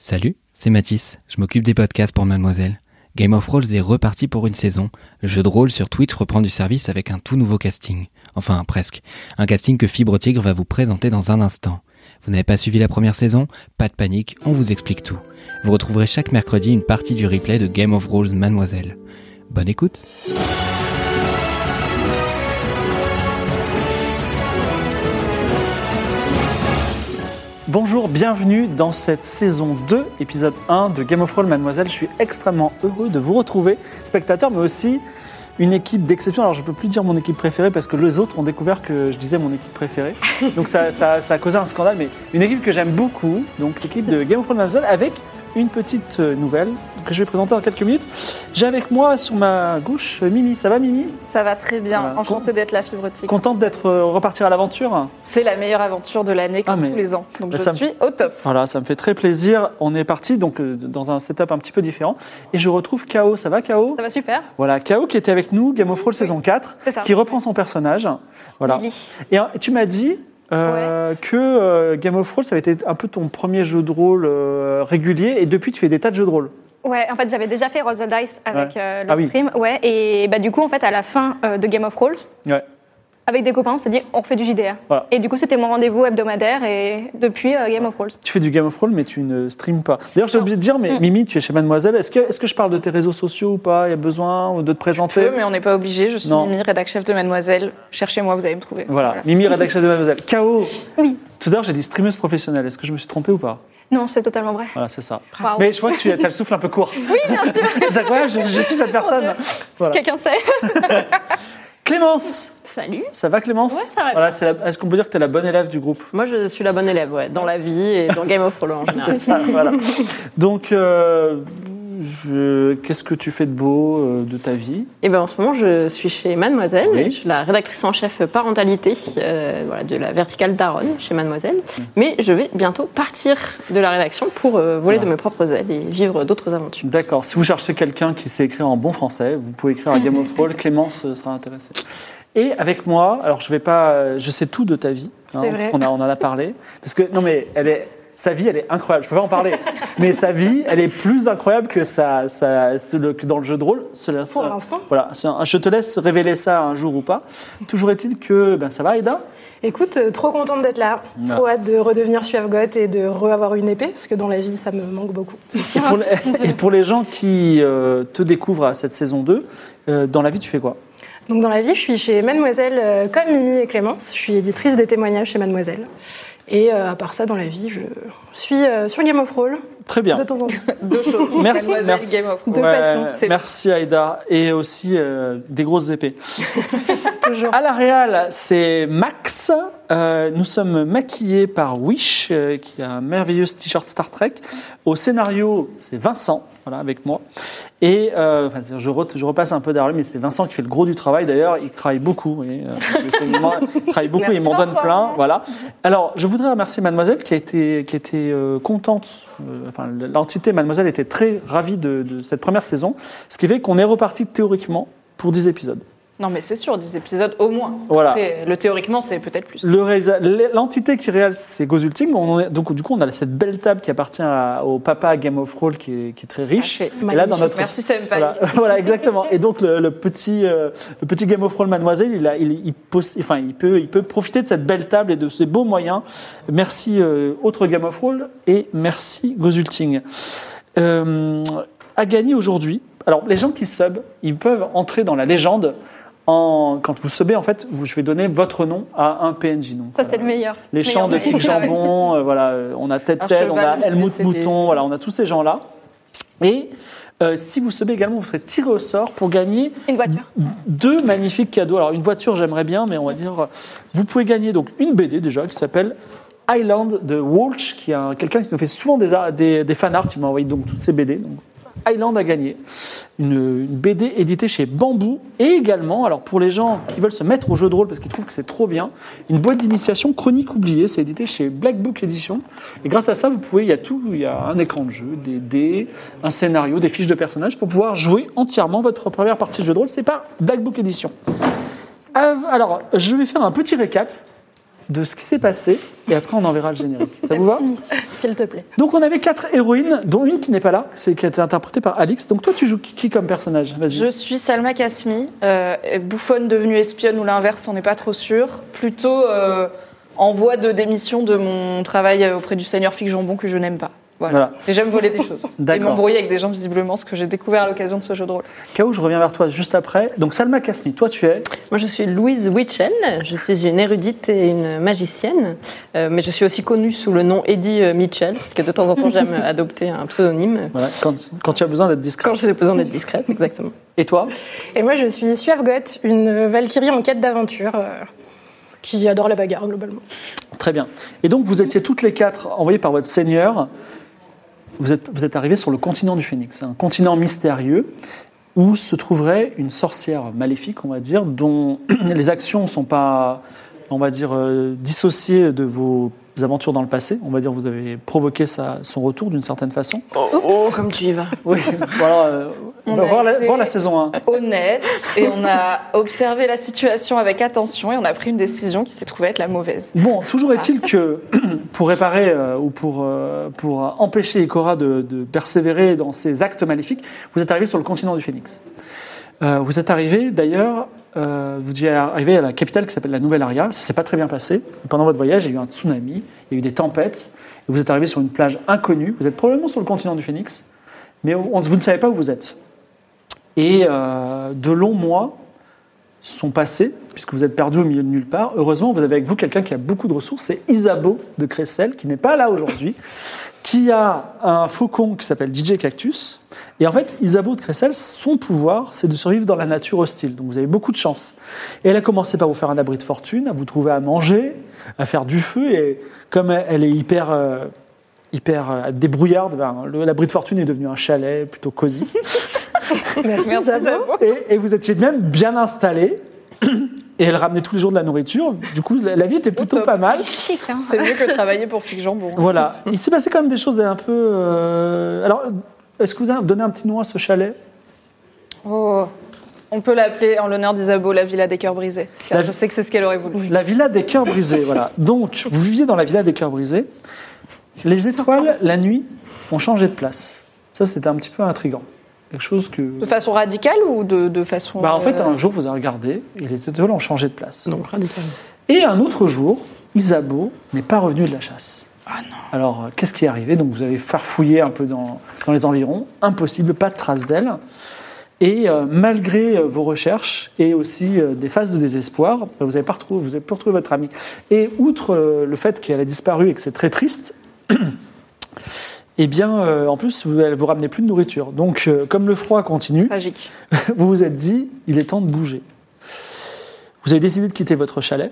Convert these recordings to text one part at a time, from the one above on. Salut, c'est Mathis, je m'occupe des podcasts pour Mademoiselle. Game of Rolls est reparti pour une saison. Le jeu de rôle sur Twitch reprend du service avec un tout nouveau casting. Enfin, presque. Un casting que Fibre Tigre va vous présenter dans un instant. Vous n'avez pas suivi la première saison Pas de panique, on vous explique tout. Vous retrouverez chaque mercredi une partie du replay de Game of Rolls Mademoiselle. Bonne écoute Bonjour, bienvenue dans cette saison 2, épisode 1 de Game of Thrones Mademoiselle. Je suis extrêmement heureux de vous retrouver, spectateurs, mais aussi une équipe d'exception. Alors je ne peux plus dire mon équipe préférée parce que les autres ont découvert que je disais mon équipe préférée. Donc ça, ça- ça a causé un scandale, mais une équipe que j'aime beaucoup, donc l'équipe de Game of Thrones Mademoiselle, avec une petite euh, nouvelle que je vais présenter dans quelques minutes. J'ai avec moi sur ma gauche euh, Mimi. Ça va Mimi Ça va très bien, Voilà. enchantée d'être la fibre tigre. Contente d'être euh, repartir à l'aventure C'est la meilleure aventure de l'année Ah, comme mais- tous les ans. Donc mais je ça me- suis au top. Voilà, ça me fait très plaisir. On est parti donc euh, dans un setup un petit peu différent. Et je retrouve K.O. Ça va K.O. Ça va super, Voilà, K.O. qui était avec nous, Game of Thrones saison 4, c'est ça. qui reprend son personnage. Voilà. Lily. Et euh, tu m'as dit euh, que euh, Game of Thrones, ça avait été un peu ton premier jeu de rôle euh, régulier, et depuis tu fais des tas de jeux de rôle. Ouais, en fait, j'avais déjà fait Roll the Dice avec euh, le Ah oui. stream. Ouais, et bah, du coup, en fait, à la fin euh, de Game of Rolls, Ouais. avec des copains, on s'est dit, on refait du JDR. Voilà. Et du coup, c'était mon rendez-vous hebdomadaire et depuis euh, Game of Rolls. Tu fais du Game of Thrones, mais tu ne streams pas. D'ailleurs, j'ai Non. oublié de dire, mais Mm. Mimi, tu es chez Mademoiselle. Est-ce que, est que je parle de tes réseaux sociaux ou pas Il y a besoin ou de te présenter Peu, mais on n'est pas obligé. Je suis Non. Mimi, rédac chef de Mademoiselle. Cherchez-moi, vous allez me trouver. Voilà, Mimi, rédactrice de Mademoiselle. K.O. Oui. Tout d'abord, j'ai dit streameuse professionnelle. Est-ce que je me suis trompé ou pas Non, c'est totalement vrai. Voilà, c'est ça. Waouh. Mais je vois que tu as le souffle un peu court. Oui, c'est incroyable, je, je suis cette personne. Voilà. Quelqu'un sait Clémence Salut Ça va, Clémence Ouais, ça va Voilà, c'est la- Est-ce qu'on peut dire que tu es la bonne élève du groupe Moi, je suis la bonne élève, ouais, dans la vie et dans Game of Thrones hein. en C'est général. ça, voilà. Donc, euh, je- qu'est-ce que tu fais de beau euh, de ta vie Et ben, en ce moment, je suis chez Mademoiselle. Oui. Je suis la rédactrice en chef parentalité euh, voilà, de la verticale Daronne chez Mademoiselle. Mais je vais bientôt partir de la rédaction pour euh, voler Ouais. de mes propres ailes et vivre d'autres aventures. D'accord. Si vous cherchez quelqu'un qui sait écrire en bon français, vous pouvez écrire à Game of Thrones. Clémence euh, sera intéressée. Et avec moi, alors je vais pas, euh, je sais tout de ta vie, hein, C'est vrai. parce qu'on a- on en a parlé. Parce que non mais elle est, sa vie, elle est incroyable. Je peux pas en parler, mais sa vie, elle est plus incroyable que ça, ça c'est le- que dans le jeu de rôle. Cela, Pour ça- l'instant. Voilà. c'est un- je te laisse révéler ça un jour ou pas. Toujours est-il que, ben ça va, Aida. Écoute, euh, trop contente d'être là. Ouais. Trop hâte de redevenir suavgote et de re-avoir une épée, parce que dans la vie, ça me manque beaucoup. Et pour, les, et pour les gens qui euh, te découvrent à cette saison 2, euh, dans la vie, tu fais quoi Donc dans la vie, je suis chez Mademoiselle, euh, comme Mimi et Clémence. Je suis éditrice des témoignages chez Mademoiselle. Et euh, à part ça, dans la vie, je suis euh, sur Game of Thrones Très Bah, bien. de temps en temps. Deux choses. Merci, Mademoiselle merci. Game of Thrones. De passion, c'est- Merci Aïda et aussi euh, des grosses épées. Toujours. À la Real, c'est Max. Euh, nous sommes maquillés par Wish, euh, qui a un merveilleux t-shirt Star Trek. Au scénario, c'est Vincent, voilà, avec moi. Et euh, enfin, c'est- je, re- je repasse un peu derrière lui, mais c'est Vincent qui fait le gros du travail. D'ailleurs, il travaille beaucoup. vous voyez, euh, je sais, moi, il travaille beaucoup, il Merci, m'en donne Vincent. plein. Voilà. Alors, je voudrais remercier Mademoiselle qui a été, qui a été, euh, contente. euh, enfin, l'entité Mademoiselle était très ravie de, de cette première saison, ce qui fait qu'on est reparti théoriquement pour 10 épisodes. Non, mais c'est sûr, 10 épisodes au moins. Voilà. Après, le théoriquement, c'est peut-être plus. Le réalisa- L'entité qui réalise, c'est Gozulting. On en est- donc, du coup, on a cette belle table qui appartient à- au papa Game of Thrones qui est, qui est très riche. Parfait. Et là, dans notre. Merci, Senpai. Voilà, voilà, exactement. Et donc, le, le petit, euh, le petit Game of Thrones mademoiselle, il, a, il, il poss- enfin, il, peut, il peut profiter de cette belle table et de ces beaux moyens. Merci, euh, autre Game of Thrones, et merci, Gozulting. Euh, à gagner aujourd'hui, alors les gens qui sub, ils peuvent entrer dans la légende. En, quand vous subez, en fait, vous- je vais donner votre nom à un PNJ. Donc, Ça, voilà. c'est le meilleur. Les Meilleur chants de moyen. Philippe Jambon, euh, voilà, euh, on a Ted Un Ted, on a cheval Helmut décédé. Mouton, voilà, on a tous ces gens-là. Et euh, si vous subez également, vous serez tiré au sort pour gagner Une voiture. deux magnifiques cadeaux. Alors une voiture, j'aimerais bien, mais on va dire, euh, vous pouvez gagner donc une BD déjà qui s'appelle Island de Walsh, qui est un- quelqu'un qui nous fait souvent des, a- des, des fanarts. Il m'a envoyé donc toutes ces BD. Donc, Island a gagné. Une, une BD éditée chez Bambou. Et également, alors pour les gens qui veulent se mettre au jeu de rôle parce qu'ils trouvent que c'est trop bien, une boîte d'initiation chronique oubliée. C'est édité chez Black Book Edition. Et grâce à ça, vous pouvez, il y a tout. Il y a un écran de jeu, des dés, un scénario, des fiches de personnages pour pouvoir jouer entièrement votre première partie de jeu de rôle. C'est par Black Book Edition. Av- Alors, je vais faire un petit récap de ce qui s'est passé et après on enverra le générique. Ça vous va S'il te plaît. Donc on avait quatre héroïnes, dont une qui n'est pas là, c'est qui a été interprétée par Alix. Donc toi tu joues qui, qui comme personnage Vas-y. Je suis Salma Kasmi, euh, bouffonne devenue espionne ou l'inverse, on n'est pas trop sûr. Plutôt euh, en voie de démission de mon travail euh, auprès du seigneur Fig Jambon que je n'aime pas. Voilà. Voilà. Et j'aime voler des choses. Et D'accord. m'embrouiller avec des gens, visiblement, ce que j'ai découvert à l'occasion de ce jeu de rôle. K.O. je reviens vers toi juste après. Donc Salma Kasmi, toi tu es Moi, je suis Louise Witchen. Je suis une érudite et une magicienne. Euh, mais je suis aussi connue sous le nom Eddie euh, Mitchell, parce que de temps en temps, j'aime adopter un pseudonyme voilà, quand, quand tu as besoin d'être discret. quand j'ai besoin d'être discrète, exactement. Et toi Et moi, je suis Suavgot, une valkyrie en quête d'aventure euh, qui adore la bagarre globalement. Très bien. Et donc vous étiez toutes les quatre envoyées par votre seigneur. Vous êtes, vous êtes arrivées sur le continent du Phénix, un continent mystérieux où se trouverait une sorcière maléfique, on va dire, dont les actions ne sont pas, on va dire, euh, dissociées de vos aventures dans le passé. On va dire vous avez provoqué sa- son retour d'une certaine façon. Oh, comme tu y vas. Oui, voilà. euh, on On va a voir, la, été- voir la saison 1. Honnête, et on a observé la situation avec attention et on a pris une décision qui s'est trouvée être la mauvaise. Bon, toujours est-il que pour réparer euh, ou pour, euh, pour empêcher Ikora de, de persévérer dans ses actes maléfiques, vous êtes arrivé sur le continent du Phénix. Euh, vous êtes arrivé d'ailleurs, euh, vous deviez arriver à la capitale qui s'appelle la Nouvelle-Aria. Ça s'est pas très bien passé. Pendant votre voyage, il y a eu un tsunami, il y a eu des tempêtes, et vous êtes arrivé sur une plage inconnue. Vous êtes probablement sur le continent du Phénix, mais on- vous ne savez pas où vous êtes. Et euh, de longs mois, sont passés, puisque vous êtes perdu au milieu de nulle part. Heureusement, vous avez avec vous quelqu'un qui a beaucoup de ressources, c'est Isabeau de Cressel, qui n'est pas là aujourd'hui, qui a un faucon qui s'appelle DJ Cactus. Et en fait, Isabeau de Cressel, son pouvoir, c'est de survivre dans la nature hostile. Donc vous avez beaucoup de chance. Et elle a commencé par vous faire un abri de fortune, à vous trouver à manger, à faire du feu, et comme elle elle est hyper... euh, hyper euh, débrouillarde, ben, le- l'abri de fortune est devenu un chalet plutôt cosy. Merci, Merci, Zabo. Zabo. Et, et vous étiez même bien installé. Et elle ramenait tous les jours de la nourriture. Du coup, la, la vie était plutôt top. pas mal. Chic, hein. C'est mieux que de travailler pour Fig Jambon. Voilà. Il s'est passé quand même des choses un peu. euh, Alors, est-ce que vous avez donné un petit nom à ce chalet Oh. On peut l'appeler en l'honneur d'Isabeau la villa des cœurs brisés. Car La- je sais que c'est ce qu'elle aurait voulu. La villa des cœurs brisés, voilà. Donc, vous viviez dans la villa des cœurs brisés. Les étoiles, la nuit, ont changé de place. Ça, c'était un petit peu intrigant. Quelque chose que. De façon radicale ou de, de façon. Bah, en fait, euh, un jour, vous avez regardé et les étoiles ont changé de place. Donc, radicalement. Et un autre jour, Isabeau n'est pas revenu de la chasse. Alors, euh, qu'est-ce qui est arrivé Donc, vous avez farfouillé un peu dans, dans les environs. Impossible, pas de trace d'elle. Et euh, malgré euh, vos recherches et aussi euh, des phases de désespoir, bah, vous n'avez pas retrouvé, vous avez pas retrouvé votre amie. Et outre euh, le fait qu'elle a disparu et que c'est très triste, eh bien, euh, en plus, vous, elle vous ramenait plus de nourriture. Donc, euh, comme le froid continue, Tragique. vous vous êtes dit, il est temps de bouger. Vous avez décidé de quitter votre chalet.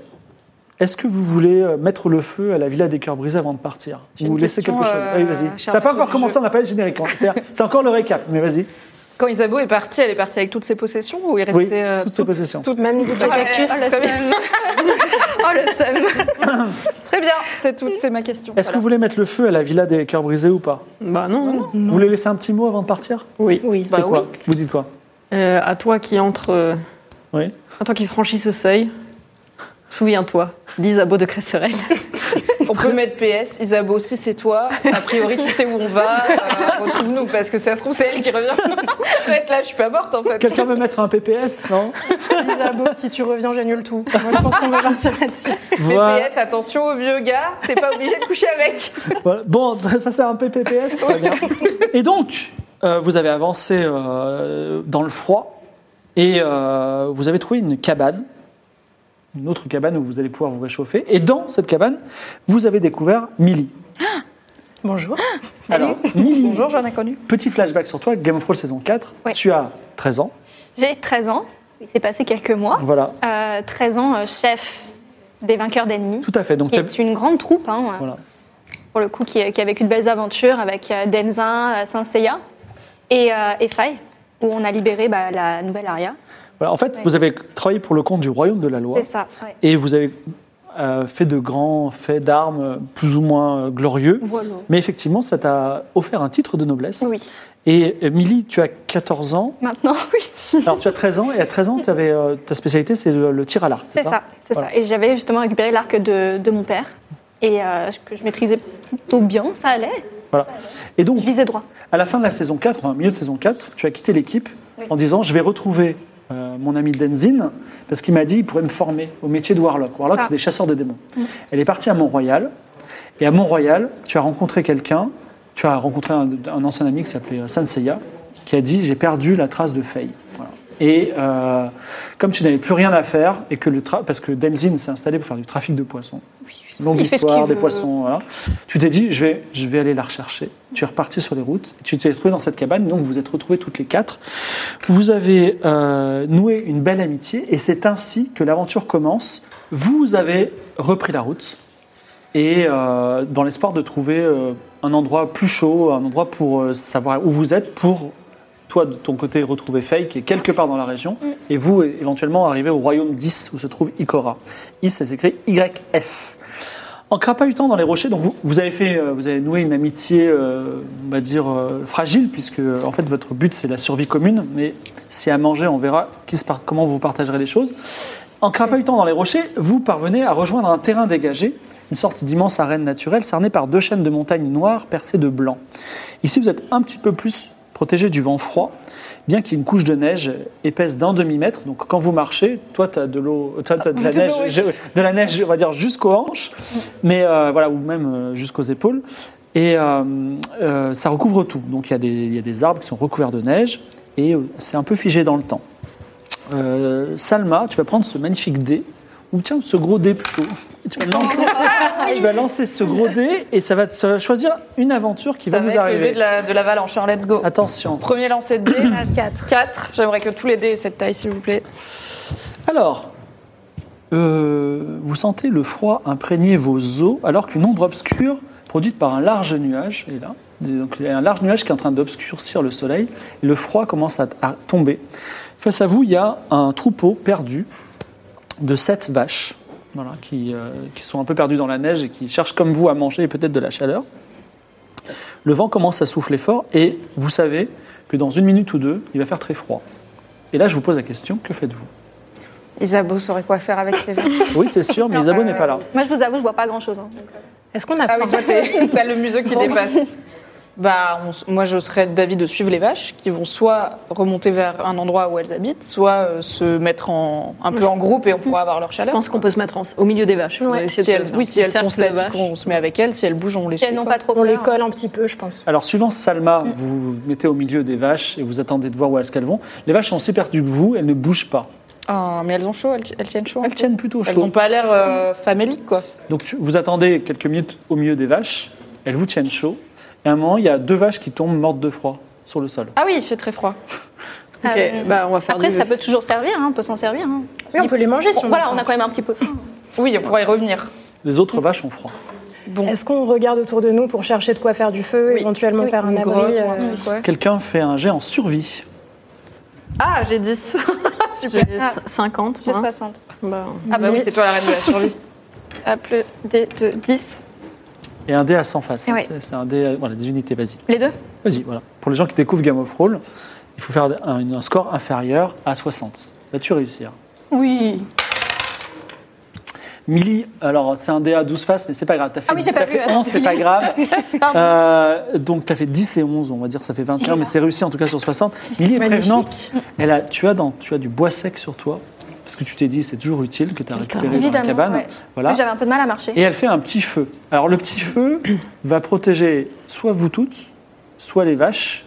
Est-ce que vous voulez euh, mettre le feu à la villa des cœurs brisés avant de partir J'ai Ou une laisser question, quelque chose euh, Oui, vas-y. Ça cher n'a pas maître encore du commencé, jeu. on n'a pas le générique. hein. C'est c'est encore le récap, mais vas-y. Quand Isabeau est partie, elle est partie avec toutes ses possessions ou il restait. Oui, euh, toutes ces possessions. toutes- Même dit pas Ah, cactus. elle- très bien. Oh, le seum. Très bien, c'est tout, c'est ma question. Est-ce que vous voulez mettre le feu à la villa des cœurs brisés ou pas Bah non, non. Bah Vous voulez laisser un petit mot avant de partir Oui. Oui. Bah C'est quoi Vous dites quoi Euh, à toi qui entre, euh, Oui. à toi qui franchis ce seuil, souviens-toi d'Isabeau de Cresserel. On peut mettre PS, Isabeau, si c'est toi, a priori tu sais où on va, euh, retrouve-nous, parce que ça se trouve c'est elle qui revient. En fait, là je suis pas morte en fait. Quelqu'un veut mettre un PPS Non Dis à Beau, si tu reviens, j'annule tout. Moi, je pense qu'on va partir là-dessus. Mais PS, attention au vieux gars, t'es pas obligé de coucher avec. Voilà. Bon, ça c'est un PPPS, très bien. Et donc, euh, vous avez avancé euh, dans le froid et euh, vous avez trouvé une cabane, une autre cabane où vous allez pouvoir vous réchauffer. Et dans cette cabane, vous avez découvert Millie. Bonjour. Alors, Millie, Bonjour, j'en ai connu. petit flashback sur toi, Game of Thrones saison 4, Ouais. tu as 13 ans, J'ai 13 ans. Il s'est passé quelques mois. voilà. Euh, 13 ans, euh, chef des vainqueurs d'ennemis, Tout à fait. Donc, qui t'as- est une grande troupe, hein, euh, voilà. pour le coup, qui, qui a vécu de belles aventures avec euh, Denzin, euh, Saint Seiya et, euh, et Faye, où on a libéré bah, la nouvelle Aria. Voilà, En fait, Ouais. vous avez travaillé pour le compte du royaume de la loi. C'est ça, ouais. Et vous avez euh, fait de grands faits d'armes euh, plus ou moins euh, glorieux. Voilà. Mais effectivement, ça t'a offert un titre de noblesse. Oui, Et euh, Milly, tu as 14 ans. maintenant, oui, Alors, tu as 13 ans. Et à 13 ans, tu avais, euh, ta spécialité, c'est le, le tir à l'arc. c'est ça, c'est Voilà. ça. Et j'avais justement récupéré l'arc de, de mon père, et euh, que je maîtrisais plutôt bien, ça allait, Voilà. Et donc, je visais droit. à la fin de la saison 4, enfin, au milieu de saison 4, tu as quitté l'équipe Oui. en disant Je vais retrouver euh, mon ami Denzin, parce qu'il m'a dit il pourrait me former au métier de Warlock. Warlock, Ça. Mm. c'est des chasseurs de démons. Elle est partie à Mont-Royal. Et à Mont-Royal, tu as rencontré quelqu'un, tu as rencontré un, un ancien ami qui s'appelait euh, Sanseiya, qui a dit J'ai perdu la trace de Faye. Voilà. Et euh, comme tu n'avais plus rien à faire, et que le tra- parce que Denzin s'est installé pour faire du trafic de poissons, longue Il fait ce histoire qu'il des veut. poissons, voilà. Tu t'es dit, je vais, je vais aller la rechercher. Tu es reparti sur les routes. Tu t'es retrouvé dans cette cabane, donc vous vous êtes retrouvés toutes les quatre. Vous avez euh, noué une belle amitié et c'est ainsi que l'aventure commence. Vous avez repris la route et euh, dans l'espoir de trouver euh, un endroit plus chaud, un endroit pour euh, savoir où vous êtes, pour toi de ton côté retrouver Faye qui est quelque part dans la région et vous é- éventuellement arriver au royaume 10 où se trouve Ikora. Is, ça s'écrit YS. En crapahutant dans les rochers, donc vous, vous avez fait, euh, vous avez noué une amitié, euh, on va dire euh, fragile, puisque euh, en fait votre but c'est la survie commune. Mais si à manger, on verra qui se par- comment vous partagerez les choses. En crapahutant dans les rochers, vous parvenez à rejoindre un terrain dégagé, une sorte d'immense arène naturelle cernée par deux chaînes de montagnes noires percées de blanc. Ici, vous êtes un petit peu plus protégé du vent froid, bien qu'il y ait une couche de neige épaisse d'un demi-mètre. Donc quand vous marchez, toi, tu as de l'eau, toi, t'as de la de neige, l'eau, oui. je- de la neige, on va dire jusqu'aux hanches, mais euh, voilà, ou même euh, jusqu'aux épaules. Et euh, euh, ça recouvre tout. Donc il y, a des- il y a des arbres qui sont recouverts de neige et euh, c'est un peu figé dans le temps. Euh, Salma, tu vas prendre ce magnifique dé, ou tiens, ce gros dé plutôt. Et Tu vas, lancer, Ah tu vas lancer ce gros dé et ça va te ça va choisir une aventure qui va Ça va vous être le dé arriver. de la- de l'avalanche, hein, let's go. Attention. Premier lancer de dé, 4. 4. J'aimerais que tous les dés aient cette taille, s'il vous plaît. Alors, euh, vous sentez le froid imprégner vos os alors qu'une ombre obscure produite par un large nuage est là. Et Donc, il y a un large nuage qui est en train d'obscurcir le soleil et le froid commence à, à tomber. Face à vous, il y a un troupeau perdu de sept vaches voilà, qui, euh, qui sont un peu perdues dans la neige et qui cherchent comme vous à manger et peut-être de la chaleur. Le vent commence à souffler fort et vous savez que dans une minute ou deux, il va faire très froid. Et là, je vous pose la question, que faites-vous Isabeau saurait quoi faire avec ses oui, c'est sûr, mais Non, Isabeau euh, n'est pas là. Moi, je vous avoue, je vois pas grand-chose. hein. Est-ce qu'on a Ah oui, toi, faim t'es- t'as le museau qui dépasse. Bah, on s- moi, je serais d'avis de suivre les vaches qui vont soit remonter vers un endroit où elles habitent, soit euh, se mettre en, un peu en groupe et on pourra avoir leur Je chaleur. pense qu'on peut se mettre en- au milieu des vaches. On va essayer Si de- elles, oui, si elles sont cercle les statiques, vaches. on se met avec elles. Si elles bougent, on les Si suit. elles n'ont quoi. pas trop On les peur. colle un petit peu, je pense. Alors, suivant Salma, vous vous mettez au milieu des vaches et vous attendez de voir où est-ce qu'elles vont. Les vaches sont aussi perdues que vous, elles ne bougent pas. Ah, mais elles ont chaud, elles, elles tiennent chaud. Elles tiennent plutôt Elles n'ont chaud. pas l'air euh, faméliques, quoi. Donc, tu- vous attendez quelques minutes au milieu des vaches, elles vous tiennent chaud. Et à un moment, il y a deux vaches qui tombent mortes de froid sur le sol. Ah oui, il fait très froid. Ah, Ok, ouais. bah, on va faire Après, du- ça peut toujours servir, hein, on peut s'en servir. hein. Oui, on peut les manger si Bon, on voilà, a on a faim. quand même un petit peu faim. Oui, on pourra y revenir. Les autres vaches ont froid. on- Est-ce qu'on regarde autour de nous pour chercher de quoi faire du feu, Oui. éventuellement faire un Une abri grotte ou un euh, truc, ouais. Quelqu'un fait un jet en survie. Ah, j'ai 10. Super. J'ai 50. J'ai moi. 60. Bah, Ah bah oui, c'est toi la reine de la survie. Hop, le dé de 10. Et un dé à 100 faces. hein. Ah Ouais. C'est- C'est un dé, à- voilà, des unités, vas-y. Les deux Vas-y, voilà. Pour les gens qui découvrent Game of Roll, il faut faire un, un score inférieur à 60. Vas-tu réussir Oui. Milly, alors c'est un DA 12 faces, mais c'est pas grave. T'as fait, Ah oui, j'ai pas t'as vu, fait attends. 11, c'est pas grave. Euh, donc t'as fait 10 et 11, on va dire, ça fait 21, mais c'est réussi en tout cas sur 60. Milly est prévenante. Elle a, tu, as dans, tu as du bois sec sur toi, parce que tu t'es dit c'est toujours utile que tu as récupéré dans la Évidemment, cabane. ouais. Voilà. J'avais un peu de mal à marcher. Et elle fait un petit feu. Alors le petit feu va protéger soit vous toutes, soit les vaches,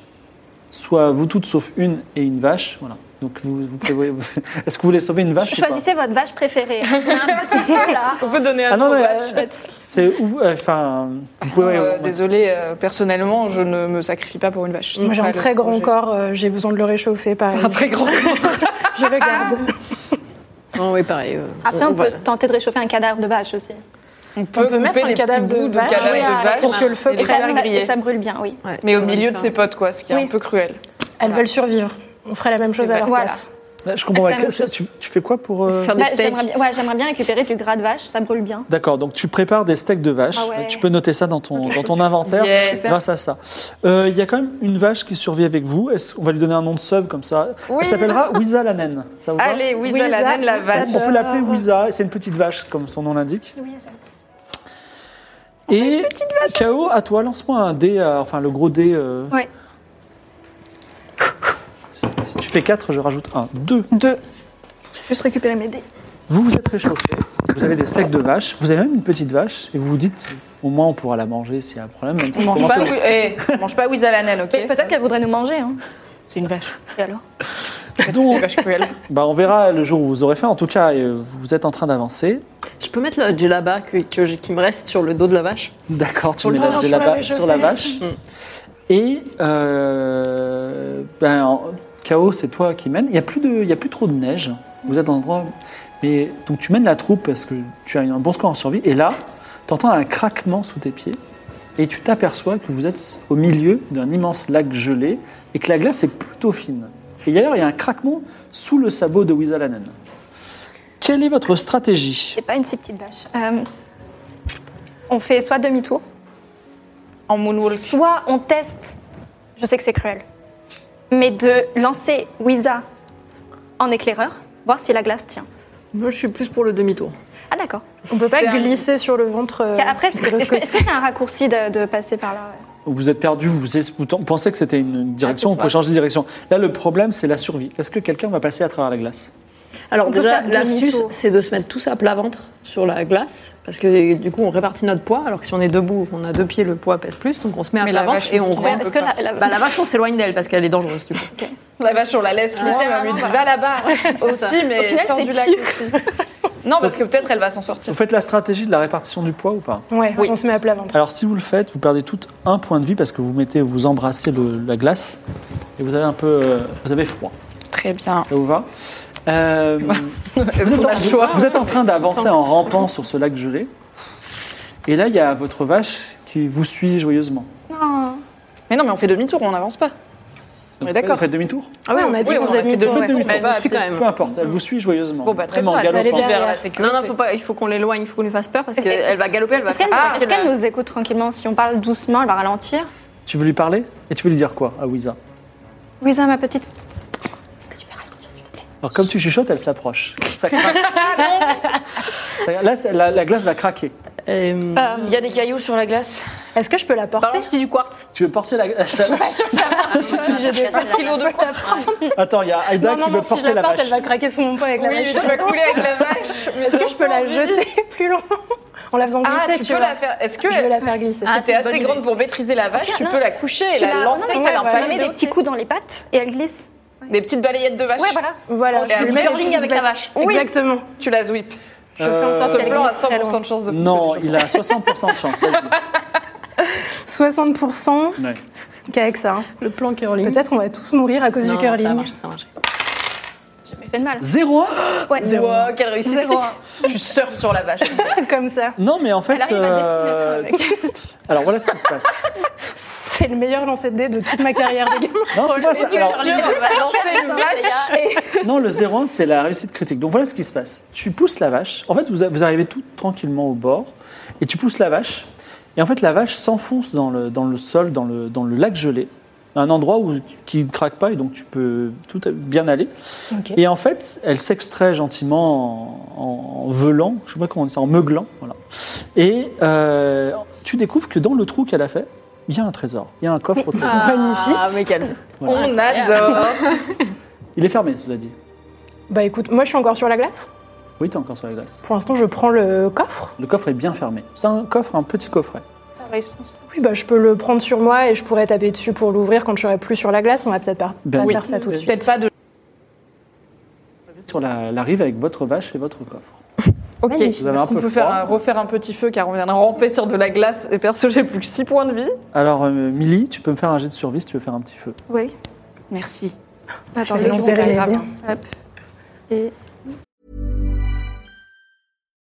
soit vous toutes sauf une et une vache. Voilà. Donc vous, vous prévoyez. Est-ce que vous voulez sauver une vache ou pas Choisissez votre vache préférée. Est-ce qu'on a un petit peu, là. On peut donner à Ah non, nos mais, vaches. euh, c'est où euh, Enfin, vous pouvez. Oh, Euh, ouais. Désolée, euh, personnellement, je ne me sacrifie pas pour une vache. Moi, j'ai Pas un le très grand projet. corps, euh, j'ai besoin de le réchauffer, pareil. Un très grand corps. Je le garde. Non, oui, pareil. euh, Après, on, peut voilà. tenter de réchauffer un cadavre de vache aussi. On On peut, peut mettre un cadavre de vache cadavre oui, à- de vache pour que le feu et les Et ça, faire ça- griller. et ça brûle bien, oui. Ouais, Mais au c'est milieu de vrai. ses potes, quoi, ce qui est un Oui. peu cruel. Elles veulent survivre. On ferait la même chose à leur Voilà. place. Là, je comprends Elle fait la pas. même chose. Tu, tu fais quoi pour. euh, Faire des Bah, steaks. J'aimerais bien, ouais, j'aimerais bien récupérer du gras de vache, ça brûle bien. D'accord, donc tu prépares des steaks de vache. Ah ouais. Tu peux noter ça dans ton, dans ton inventaire Yes. Super. grâce à ça. Euh, Il y a quand même une vache qui survit avec vous. Est-ce- On va lui donner un nom de sub comme ça. Elle s'appellera Wiza la naine. Ça vous va Allez, Wiza, Wiza, la naine, la vache. On peut l'appeler Wiza. et C'est une petite vache, comme son nom l'indique. Et KO, à toi, lance-moi un dé, euh, enfin le gros dé. euh, Ouais. Si tu fais 4, je rajoute 1. 2. Deux. Juste récupérer mes dés. Vous vous êtes réchauffé, vous avez des steaks de vache, vous avez même une petite vache, et vous vous dites, au moins on pourra la manger s'il y a un problème. Même si On mange commence pas, à- Wi- eh, on mange pas Wiza la naine, ok Mais peut-être qu'elle voudrait nous manger. Hein. C'est une vache. Et alors C'est une vache cruelle. Bah, on verra le jour où vous aurez faim. En tout cas, euh, vous êtes en train d'avancer. Je peux mettre la djellaba que, que j'ai- qui me reste sur le dos de la vache D'accord, tu Pour mets le la- moment, j'ai je la la ba- mets, je sur la fais. vache. Et euh, ben, en- Kao, c'est toi qui mène. Il n'y a, plus de- il y a plus trop de neige. Vous êtes dans un endroit. Mais, donc tu mènes la troupe parce que tu as un bon score en survie. Et là, tu entends un craquement sous tes pieds. Et tu t'aperçois que vous êtes au milieu d'un immense lac gelé et que la glace est plutôt fine. Et d'ailleurs, il y a un craquement sous le sabot de Wizalanen. Quelle est votre stratégie C'est pas une si petite vache. Euh, on fait soit demi-tour, En moonwalk. soit on teste. Je sais que c'est cruel. Mais de lancer Wiza en éclaireur, voir si la glace tient. Moi, je suis plus pour le demi-tour. Ah d'accord. On peut C'est pas un- glisser sur le ventre. euh, Après, est-ce que de est-ce que- côté. est-ce que c'est un raccourci de, de passer par là ouais Vous êtes perdu, vous, vous pensez que c'était une direction, on peut changer de direction. Là, le problème, c'est la survie. Est-ce que quelqu'un va passer à travers la glace Alors On peut déjà, faire l'astuce, demi-tour. c'est de se mettre tous à plat ventre sur la glace, parce que du coup, on répartit notre poids, alors que si on est debout, on a deux pieds, le poids pèse plus, donc on se met à Mais plat la ventre vache, et on on se met- rentre. Est-ce que la, la- Bah, la vache, on s'éloigne d'elle, parce qu'elle est dangereuse, du coup. La vache, on la laisse loin, on lui dit va là-bas aussi, mais Au final, sors c'est du lac aussi. Non, parce que peut-être elle va s'en sortir. Vous faites la stratégie de la répartition du poids ou pas Ouais, Oui. on se met à plat ventre. Alors, si vous le faites, vous perdez toutes un point de vie parce que vous mettez, vous embrassez le- la glace et vous avez un peu, euh, vous avez froid. Très bien. Ça vous va Euh, vous, êtes On a en, le choix. vous êtes en train d'avancer en rampant sur ce lac gelé. Et là, il y a votre vache qui vous suit joyeusement. Non. Mais non, mais on fait demi-tour, on n'avance pas. On est d'accord. Vous faites demi-tour Ah ouais, on a dit Oui, qu'on on faisait a fait demi-tour. deux ouais. fois demi-tour. Mais On va je suis à pied. quand même. Peu importe, elle vous suit joyeusement. Bon, bah très Même en bien, elle va aller galopant. vers la derrière. sécurité. Non, non, faut pas, il faut qu'on l'éloigne, il faut qu'on lui fasse peur, parce Est-ce que- qu'elle va galoper, elle va Est-ce qu'elle faire... nous- Ah, est-ce qu'elle là. nous écoute tranquillement Si on parle doucement, elle va ralentir. Tu veux lui parler Et tu veux lui dire quoi à Wiza Wiza, ma petite. Est-ce que tu peux ralentir, s'il te plaît Alors comme tu chuchotes, elle s'approche. Ça craque. Ça- là, c'est- la, la glace va craquer. Euh, Il y a des cailloux sur la glace. Est-ce que je peux la porter balance-lui du quartz. Tu veux porter la, la- Attends, il y a Aïda Non, non, qui veut non, si je porter la la porte, elle vache. va craquer sous mon poids avec la Oui, vache. tu vas couler avec la vache. mais Est-ce ça que je peux la fait envie. jeter plus loin En la faisant glisser, Ah, tu peux vois. la faire. Est-ce que Je vais la faire si glisser. t'es c'est une bonne assez idée. grande pour maîtriser la vache, tu Non. peux la coucher et Tu la- la lancer, non, mais t'as ouais, l'empalme Elle met de des petits coups dans les pattes et elle glisse. Des petites balayettes de vache. Ouais, voilà. Voilà, Elle je lui est mets en une ligne petite avec la bête. vache. Oui. Exactement. Tu la whip. Je fais en sorte Ce qu'elle plan a glisse très 100% loin. de chance de Euh, Non, fonctionner. il a 60% de chance. Vas-y. 60% Ouais. qu'avec ça. hein. Le plan curling. Peut-être on va tous mourir à cause Non, du curling. ça marche, ça marche. Je me fais de mal. 0 Ouais. Wow, quelle réussite Tu surfes sur la vache. Comme ça. Non, mais en fait... Elle arrive à euh, destination avec. Alors voilà ce qui se passe. C'est le meilleur lancer de dés de toute ma carrière, les gars. Non, c'est pas ça. Alors, Tu vas lancer une vache. non, le 0 c'est la réussite critique. Donc voilà ce qui se passe. Tu pousses la vache. En fait, vous, vous arrivez tout tranquillement au bord et tu pousses la vache. Et en fait, la vache s'enfonce dans le, dans le sol, dans le, dans le lac gelé, un endroit où, qui ne craque pas et donc tu peux tout à- bien aller. Ok. Et en fait, elle s'extrait gentiment en, en velant, je sais pas comment on dit ça, en meuglant. Voilà. Et euh, tu découvres que dans le trou qu'elle a fait, il y a un trésor, il y a un coffre au trésor. Ah, mais quelle... Voilà. On adore. Il est fermé, cela dit. Bah écoute, moi je suis encore sur la glace. Oui, t'es encore sur la glace. Pour l'instant, je prends le coffre. Le coffre est bien fermé. C'est un coffre, un petit coffret. Oui, bah je peux le prendre sur moi et je pourrais taper dessus pour l'ouvrir quand je serai plus sur la glace. On va peut-être pas, Ben pas oui. faire ça tout de suite. Peut-être pas de. sur la, la rive avec votre vache et votre coffre. Ok, Vous avez un est-ce qu'on peu peut faire froid. un- refaire un petit feu car on vient de ramper sur de la glace et perso j'ai plus que 6 points de vie. Alors, euh, Milly, tu peux me faire un jet de survie si tu veux faire un petit feu. Oui. Merci. Attends, Je vais récupérer mes dés. Et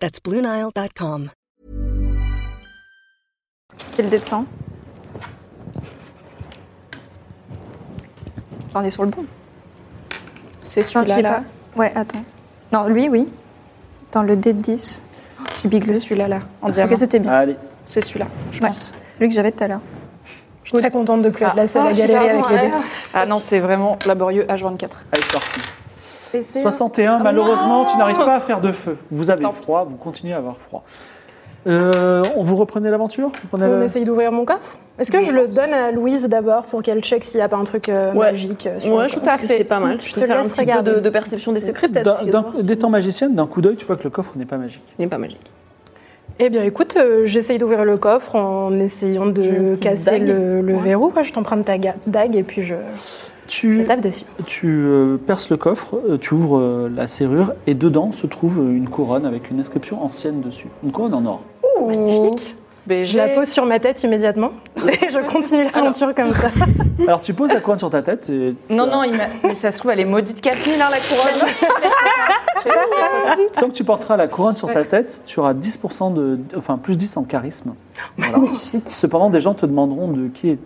That's BlueNile.com. C'est le dé de 100. On est sur le bon. C'est celui-là. J'ai là. pas- Ouais, attends. Non, lui, oui. Dans le dé de 10. Je C'est bigle. celui-là, là, en diamant. Ok, c'était bien. Allez, C'est celui-là, je Ouais. pense. Celui que j'avais tout à l'heure. Je suis très contente de plus être la seule Ah, à galérer avec les dés. Ah non, c'est vraiment laborieux H24. allez, c'est parti. Ah 61, malheureusement, tu n'arrives pas à faire de feu. Vous avez Tant pis. froid, vous continuez à avoir froid. Euh, on vous reprenez l'aventure Vous prenez On le- Euh, essaye d'ouvrir mon coffre. Est-ce que je le donne à Louise d'abord pour qu'elle check s'il n'y a pas un truc euh, Ouais. magique euh, sur Ouais, le je coffre trouve que c'est pas mal. Je peux te faire un laisse petit peu regarder. de, de perception des secrets, peut-être. D'un- essayer de d'un- voir. D'étant magicienne, d'un coup d'œil, tu vois que le coffre n'est pas magique. Il n'est pas magique. Eh bien, écoute, euh, j'essaye d'ouvrir le coffre en essayant J'ai une de petite casser dague. le, le Ouais. verrou. quoi. Je t'emprunte ta ga- dague et puis je je Tu, tape dessus. tu euh, perces le coffre, euh, tu ouvres euh, la serrure et dedans se trouve euh, une couronne avec une inscription ancienne dessus. Une couronne en or. Oh. Magnifique. Je la pose sur ma tête immédiatement et je continue l'aventure comme ça. Alors tu poses la couronne sur ta tête et... Non, non, il m'a- mais ça se trouve, elle est maudite 4000, hein, la couronne. Tant que tu porteras la couronne sur ta tête, tu auras 10% de... Enfin, plus 10 en charisme. Oh, Voilà. Cependant, des gens te demanderont de qui est...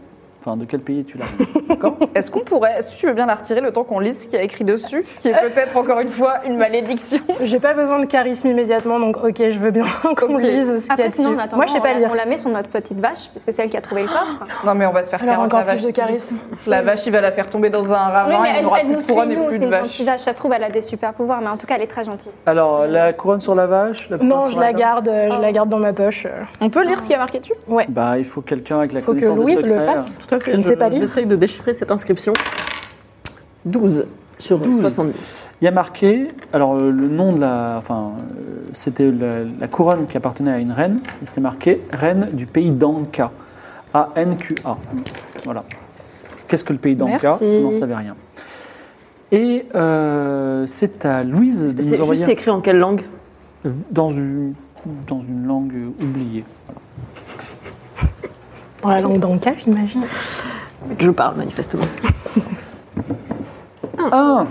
Enfin, de quel pays es-tu là D'accord Est-ce qu'on pourrait, est-ce que tu veux bien la retirer le temps qu'on lise ce qu'il y a écrit dessus, qui est peut-être encore une fois une malédiction J'ai pas besoin de charisme immédiatement, donc ok, je veux bien qu'on Ok. lise ce qu'il y a Après, dessus. sinon, on attend. Moi, je sais pas on, la- lire. on la met sur notre petite vache, parce que c'est elle qui a trouvé le coffre. Non, mais on va se faire Alors, 40 encore la vache. plus de si vite. charisme. La vache, il va la faire tomber dans un ravin, il n'aura plus de couronne et plus c'est de une vache. gentille vache. Ça se trouve, elle a des super pouvoirs, mais en tout cas, elle est très gentille. Alors, la couronne sur la vache la couronne Non, sur je la table garde, euh, Oh. je la garde dans ma poche. euh. On peut lire ce qu'il y a marqué dessus Bah, il faut quelqu'un avec la Faut que connaissance des Louise le secrets. fasse. Tout à Je ne sais pas lire. J'essaye de déchiffrer cette inscription. 12 sur 12. 70. Il y a marqué, alors euh, le nom de la, enfin, euh, c'était la, la couronne qui appartenait à une reine, et c'était marqué reine du pays d'Anka, A-N-Q-A. Voilà. Qu'est-ce que le pays d'Anka Merci. Vous n'en savez rien. Et euh, c'est à Louise de nous C'est envoyer juste écrit en quelle langue dans une, dans une langue euh, oubliée. Dans la langue d'Anka, Mm. j'imagine. Je parle, manifestement. Ah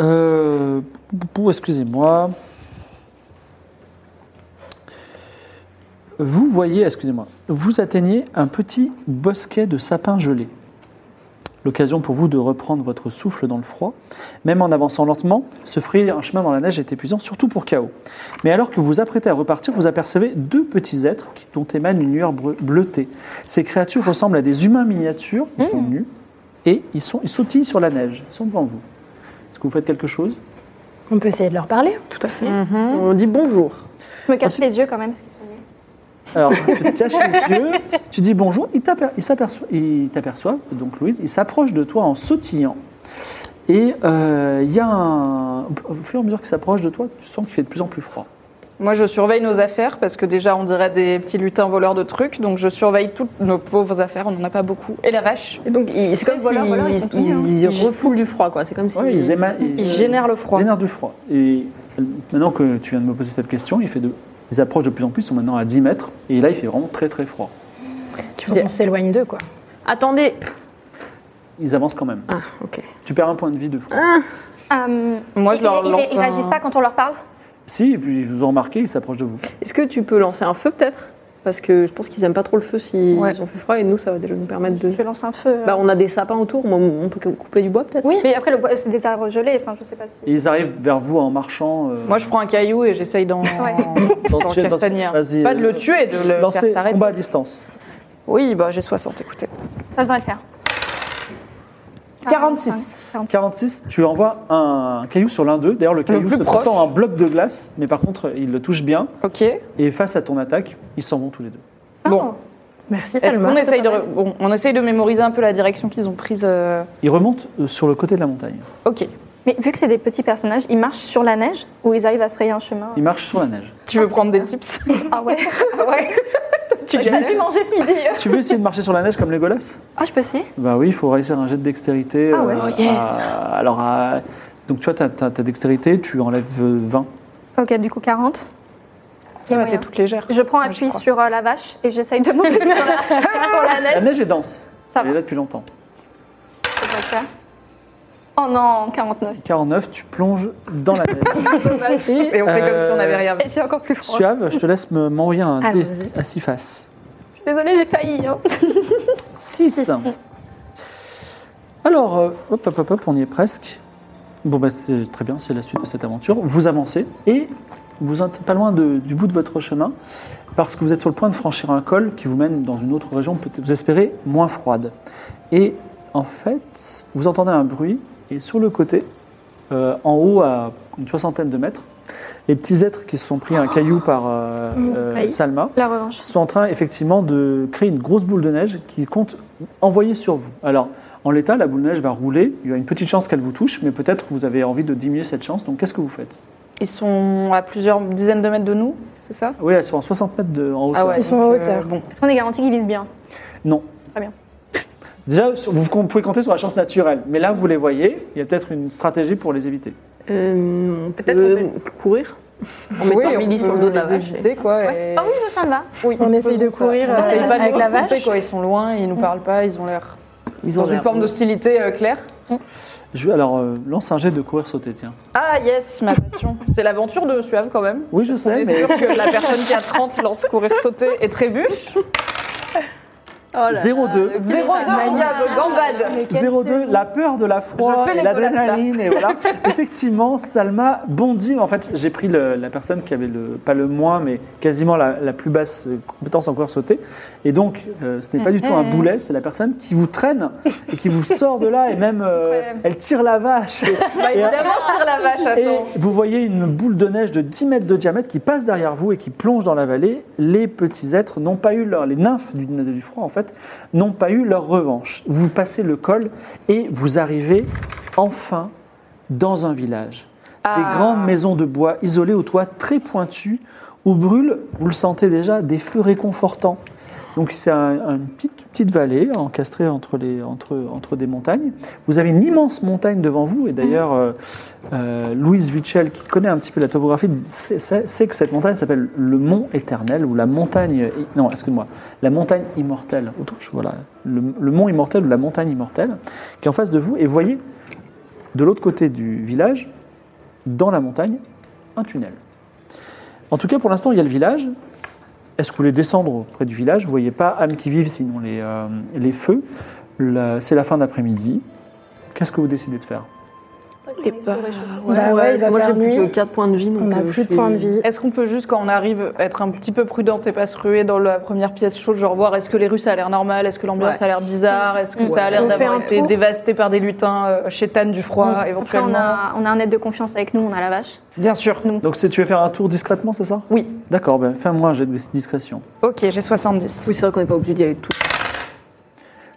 Euh, pou- excusez-moi. Vous voyez, excusez-moi, vous atteignez un petit bosquet de sapins gelés. L'occasion pour vous de reprendre votre souffle dans le froid. Même en avançant lentement, se frayer un chemin dans la neige est épuisant, surtout pour Chaos. Mais alors que vous vous apprêtez à repartir, vous apercevez deux petits êtres qui- dont émane une lueur breu- bleutée. Ces créatures ressemblent à des humains miniatures, ils Mmh. sont nus, et ils, sont, ils sautillent sur la neige, ils sont devant vous. Est-ce que vous faites quelque chose On peut essayer de leur parler. hein, Tout à fait. Mm. On dit bonjour. Je me cache les yeux quand même, parce qu'ils sont nuls. Alors, tu te caches les yeux, tu dis bonjour, il t'aper- il s'aperçoit, il t'aperçoit, donc Louise, il s'approche de toi en sautillant. Et euh, il y a un. Au fur et à mesure qu'il s'approche de toi, tu sens qu'il fait de plus en plus froid. Moi, je surveille nos affaires parce que déjà, on dirait des petits lutins voleurs de trucs, donc je surveille toutes nos pauvres affaires, on n'en a pas beaucoup. Et la vache, Et donc, il- c'est comme s'ils voleurs, voleurs, ils sont tous nus, hein. ils refoulent du froid, quoi. C'est comme si. Ouais, ils, éma- il génère le froid. Ils génèrent du froid. Et maintenant que tu viens de me poser cette question, il fait de... ils approchent de plus en plus, ils sont maintenant à 10 mètres, et là, il fait vraiment très très froid. Tu veux qu'on s'éloigne d'eux, quoi. Attendez. Ils avancent quand même. Ah, ok. Tu perds un point de vie de froid. Ah. Euh, Moi, je ils- leur ils- lance Ils réagissent un- pas quand on leur parle Si, et puis vous en remarquez, ils s'approchent de vous. Est-ce que tu peux lancer un feu, peut-être Parce que je pense qu'ils aiment pas trop le feu s'ils Ouais. ont fait froid, et nous, ça va déjà nous permettre de. Je lance un feu. euh. Bah, on a des sapins autour, moi, on peut couper du bois, peut-être Oui, mais après, le bois, c'est des arbres gelés, enfin, je sais pas si. Et ils arrivent vers vous en marchant. euh, Moi, je prends un caillou et j'essaye d'en Ouais. dans- d'en dans- castagner un. Vas-y. Pas de le tuer, de le Lancez faire s'arrêter. combat à distance. Oui, bah, j'ai 60, écoutez. Ça devrait le faire. 46. 45. 46, tu envoies un caillou sur l'un d'eux. D'ailleurs, le caillou plus se proche. transforme en bloc de glace, mais par contre, il le touche bien. Ok. Et face à ton attaque, ils s'en vont tous les deux. Bon, Merci, est-ce Salma. qu'on essaye de, re- bon, on essaye de mémoriser un peu la direction qu'ils ont prise euh, Ils remontent euh, sur le côté de la montagne. Ok. Mais vu que c'est des petits personnages, ils marchent sur la neige ou ils arrivent à se frayer un chemin Il marche sur la neige. Tu veux prendre des tips Ah ouais Ah ouais Tu as vu manger ce midi Tu veux essayer de marcher sur la neige comme les Legolas Ah, je peux essayer Bah oui, il faut réussir un jet de dextérité. euh, Ah ouais. Oh, yes. à- alors, à- donc tu vois, ta, ta- ta dextérité, tu enlèves euh, 20. Ok, du coup 40. Ça va, moyen. t'es toute légère. Je prends Ouais, appui crois. sur euh, la vache et j'essaye de monter sur la, sur la La neige. neige est dense. Ça Elle va. est là depuis longtemps. Je vais le faire. Oh non, 49. 49, tu plonges dans la neige. Et on fait comme si on n'avait euh, rien vu. Et j'ai encore plus froid. Suave, je te laisse me- m'envoyer un dé Allons-y. à 6 faces. Désolée, j'ai failli. hein. 6. Alors, euh, hop, hop, hop, hop, on y est presque. Bon, bah, c'est très bien, c'est la suite de cette aventure. Vous avancez et vous êtes pas loin de- du bout de votre chemin parce que vous êtes sur le point de franchir un col qui vous mène dans une autre région, peut-être, vous espérez, moins froide. Et en fait, vous entendez un bruit et sur le côté, euh, en haut à une soixantaine de mètres, les petits êtres qui se sont pris un caillou par euh, euh, Aïe. Salma La revanche. sont en train effectivement de créer une grosse boule de neige qu'ils comptent envoyer sur vous. Alors, en l'état, la boule de neige va rouler. Il y a une petite chance qu'elle vous touche, mais peut-être vous avez envie de diminuer cette chance. Donc, qu'est-ce que vous faites Ils sont à plusieurs dizaines de mètres de nous, c'est ça Oui, elles sont à 60 mètres de, en hauteur. Ah ouais. Ils sont donc, en euh, hauteur. bon. Est-ce qu'on est garanti qu'ils visent bien Non. Très bien. Déjà, sur- vous com- pouvez compter sur la chance naturelle, mais là, vous les voyez. Il y a peut-être une stratégie pour les éviter. Euh, on Peut-être peut courir en mettant Oui, Millie on sur le peut dos de la les vache. éviter, quoi. et- Ah oui, ça me va. Oui, Oh. On essaye de faisons ça. courir, On essaye euh, pas de avec nous la tromper, vache. Mm. quoi. Ils sont loin, ils nous parlent pas, ils ont l'air Ils dans une forme d'hostilité euh, claire. Je, alors, euh, lance un jet de courir sauter, tiens. Ah yes, ma passion. C'est l'aventure de Suave quand même. Oui, je On sais, est mais sûr que la personne qui a 30 lance courir, sauter et trébuche. 0,2. 0-2, Ah, on y a de gambade. 02, la peur de la froid Je fais et les colas, l'adrénaline, et voilà. Effectivement, Salma bondit. En fait, j'ai pris le- la personne qui avait le, pas le moins, mais quasiment la, la plus basse euh, compétence en coureur sauté. Et donc, euh, ce n'est pas du tout un boulet, c'est la personne qui vous traîne et qui vous sort de là, et même euh, Incroyable. elle tire la vache. Bah Et- euh, évidemment, je tire la vache, et attends. vous voyez une boule de neige de 10 mètres de diamètre qui passe derrière vous et qui plonge dans la vallée. Les petits êtres n'ont pas eu leur... Les nymphes du, du froid, en fait, n'ont pas eu leur revanche. Vous passez le col et vous arrivez enfin dans un village. Des Ah. grandes maisons de bois isolées au toit très pointu où brûlent, vous le sentez déjà, des feux réconfortants. Donc c'est un- une petite, petite vallée encastrée entre, les, entre, entre des montagnes. Vous avez une immense montagne devant vous, et d'ailleurs euh, euh, Louise Vichel, qui connaît un petit peu la topographie, dit- sait, sait- sait que cette montagne s'appelle le Mont Éternel, ou la montagne... Non, excuse-moi, la montagne immortelle. Autant je- voilà, le, le Mont Immortel ou la montagne immortelle, qui est en face de vous, et voyez, de l'autre côté du village, dans la montagne, un tunnel. En tout cas, pour l'instant, il y a le village, est-ce que vous voulez descendre près du village Vous voyez pas âmes qui vivent, sinon les, euh, les feux. La- C'est la fin d'après-midi. Qu'est-ce que vous décidez de faire Et bah, bah ouais, il va moi j'ai faire plus nuit. que 4 points de vie. Donc On n'a euh, je plus de fais- points de vie. Est-ce qu'on peut juste, quand on arrive, être un petit peu prudente et pas se ruer dans la première pièce chaude, genre voir est-ce que les rues ça a l'air normal, est-ce que l'ambiance Ouais. a l'air bizarre, est-ce que ça a l'air On fait d'avoir un été tour. dévasté par des lutins euh, chétanes du froid, Après, on éventuellement a, on a un aide de confiance avec nous, on a la vache. Bien sûr. Donc c'est- tu veux faire un tour discrètement, c'est ça Oui. D'accord, ben, fais-moi un jet de discrétion. Ok, j'ai 70. Oui, c'est vrai qu'on n'est pas obligé d'y aller tout.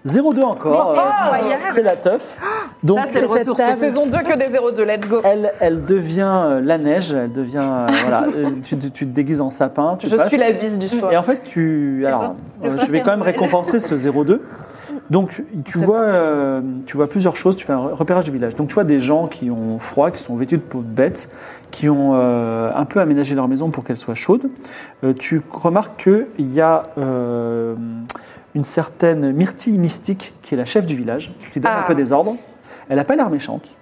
0,2 encore, euh, c'est la teuf. Donc Ça, c'est le retour. C'est saison 2 que des 0-2. Let's go. elle, elle devient euh, la neige, elle devient... euh, voilà, euh, tu, tu- tu te déguises en sapin, tu Je passes. suis la bise du soir. Et en fait, tu. Alors, euh, je vais quand même récompenser ce 0,2. Donc, tu vois, euh, tu vois plusieurs choses. Tu fais un repérage du village. Donc, tu vois des gens qui ont froid, qui sont vêtus de peau de bête, qui ont euh, un peu aménagé leur maison pour qu'elle soit chaude. Euh, tu remarques qu'il y a euh, une certaine Myrtille Mystique, qui est la chef du village, qui donne un Ah. peu des ordres. Elle n'a pas l'air méchante.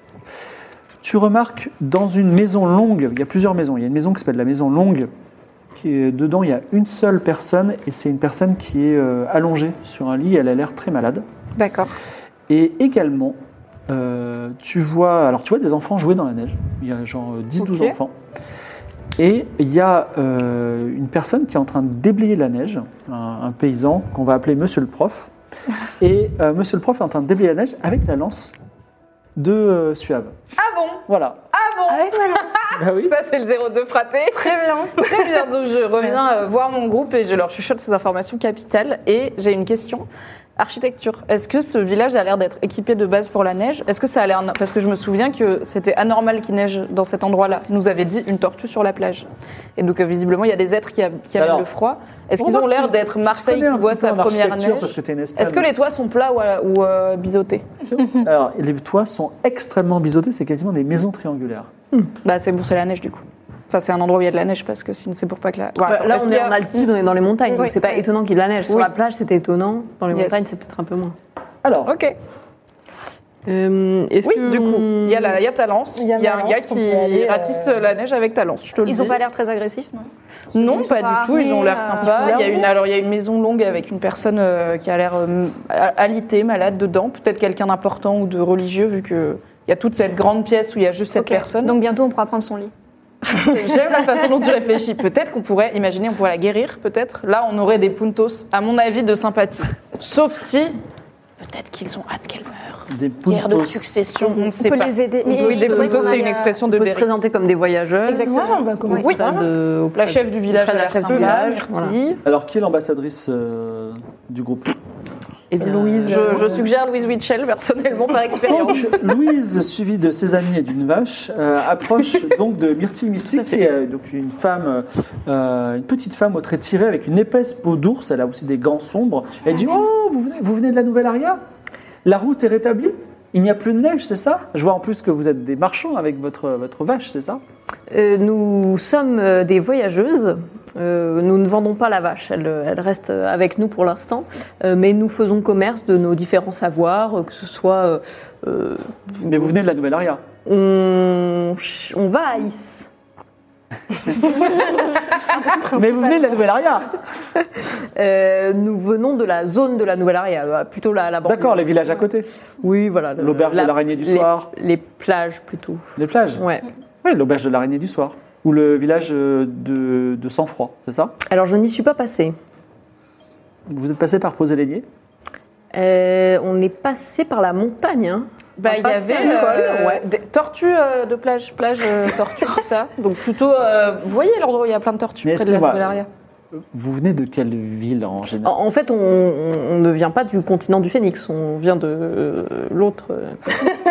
Tu remarques dans une maison longue, il y a plusieurs maisons. Il y a une maison qui s'appelle la maison longue, qui est- dedans, il y a une seule personne et c'est une personne qui est euh, allongée sur un lit. Elle a l'air très malade. D'accord. Et également, euh, tu vois, alors tu vois des enfants jouer dans la neige. Il y a genre euh, 10-12 Ok. enfants. Et il y a euh, une personne qui est en train de déblayer la neige, un, un paysan qu'on va appeler Monsieur le Prof. Et euh, Monsieur le Prof est en train de déblayer la neige avec la lance de euh, Suave. Ah bon Voilà. Ah bon Avec ma lance. Bah oui. Ça, c'est le 0-2 fraté. Très bien. Très bien, donc je reviens euh, voir mon groupe et je leur chuchote ces informations capitales. Et j'ai une question. Architecture. Est-ce que ce village a l'air d'être équipé de base pour la neige Est-ce que ça a l'air parce que je me souviens que c'était anormal qu'il neige dans cet endroit-là. Nous avait dit une tortue sur la plage. Et donc euh, visiblement il y a des êtres qui, a- qui Alors, amènent le froid. Est-ce on qu'ils voit ont l'air qu'il- d'être Marseille connais un qui voit petit peu sa en première architecture neige parce que t'es une Espagne. Est-ce que les toits sont plats ou, à- ou, euh, biseautés Alors, les toits sont extrêmement biseautés, c'est quasiment des maisons triangulaires. Bah c'est bon, c'est la neige du coup. Enfin c'est un endroit où il y a de la neige parce que sinon c'est pour pas que la. Ouais, Bah, Ouais, attends, là, est-ce on qu'il est y a- en altitude, on est dans les montagnes, donc Oui. c'est pas Oui. étonnant qu'il y ait de la neige. Sur Oui. la plage, c'était étonnant. Dans les Yes. montagnes, c'est peut-être un peu moins. Alors, Ok. Euh, est-ce Oui, que du coup, on- il y a, la- il y a Talence, il y a, un Valence gars qu'on peut aller, qui euh, ratisse la neige avec Talence, je te le Ils dis. ont pas l'air très agressifs, non Non, Ils pas sont du tout. Ils ont l'air armés, sympas. euh, Il y a une, alors, il y a une maison longue avec une personne euh, qui a l'air euh, alitée, malade dedans. Peut-être quelqu'un d'important ou de religieux, vu que il y a toute cette grande pièce où il y a juste cette Ok. personne. Donc, Donc bientôt on pourra prendre son lit. j'aime la façon dont tu réfléchis. Peut-être qu'on pourrait imaginer, on pourrait la guérir, peut-être. Là, on aurait des puntos, à mon avis, de sympathie. Sauf si, peut-être qu'ils ont hâte qu'elle meure. des Guerre de puntos. succession, on ne sait peut pas. les aider, On mais peut- il des faudrait puntos, qu'on c'est aille, une euh, expression de on peut se Beric. présenter comme des voyageurs. Exactement. Ouais, bah, comment Oui, ça auprès de- auprès- La chef du village auprès a l'air de la chef du sympa, village. voilà. Myrtille. Alors, qui est l'ambassadrice euh, du groupe Eh bien, Louise. Je, je suggère Louise Witchell, personnellement, par expérience. Donc, Louise, suivie de ses amis et d'une vache, euh, approche donc de Myrtille Mystique, qui est euh, donc une femme, euh, une petite femme au trait tiré avec une épaisse peau d'ours. Elle a aussi des gants sombres. Elle dit Oh, vous venez, vous venez de la Nouvelle Aria La route est rétablie Il n'y a plus de neige, c'est ça Je vois en plus que vous êtes des marchands avec votre, votre vache, c'est ça Euh, nous sommes euh, des voyageuses. Euh, nous ne vendons pas la vache, elle, euh, elle reste euh, avec nous pour l'instant. Euh, mais nous faisons commerce de nos différents savoirs, euh, que ce soit. euh, euh, Mais vous venez de la Nouvelle Aria. on, ch- on va à Is. Mais vous venez de la Nouvelle Aria Euh, nous venons de la zone de la Nouvelle-Aria, euh, plutôt la, la banlieue. D'accord, les villages à côté, Oui, voilà. le- L'auberge la- de l'araignée du les- soir. Les plages plutôt. les plages. Ouais. Oui, l'auberge de l'araignée du soir. Ou le village euh, de, de Sang-Froid, c'est ça Alors je n'y suis pas passée. Vous êtes passé par Posélélier Euh, on est passé par la montagne. hein. Bah, il y Pas avait saine, quoi, euh, ouais. des tortues euh, de plage, plage euh, tortues, tout ça. Donc plutôt, euh, vous voyez l'endroit Oh, où il y a plein de tortues Mais près de la excuse-moi. Nouvelle-Aria. Vous venez de quelle ville en En, général en fait, on, on- on ne vient pas du continent du Phénix, on vient de euh, l'autre. euh,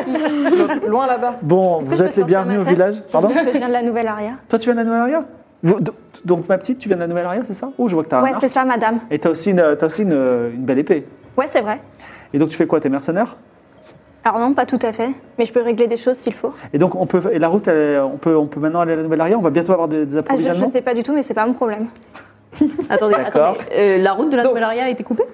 Donc, Loin là-bas. Bon, Oh. Est-ce que vous je peux êtes les sortir bienvenus ma au tête village. Pardon Je viens de la nouvelle aria. Toi, tu viens de la Nouvelle-Aria Vous- do- Donc, ma petite, tu viens de la Nouvelle-Aria, c'est ça Oh, je vois que Ah, t'as un Ouais, arc. c'est ça, madame. Et t'as aussi, une, t'as aussi une, euh, une belle épée. Ouais, c'est vrai. Et donc, tu fais quoi T'es mercenaire Alors non, pas tout à fait, mais je peux régler des choses s'il faut. Et donc, on peut, et la route, elle est- on, peut, on peut maintenant aller à la Nouvelle-Aria On va bientôt avoir des, des Ah, je, je approvisionnements sais pas du tout, mais c'est pas mon problème. Attendez, D'accord. attendez. euh, la route de la Nouvelle-Aria a été coupée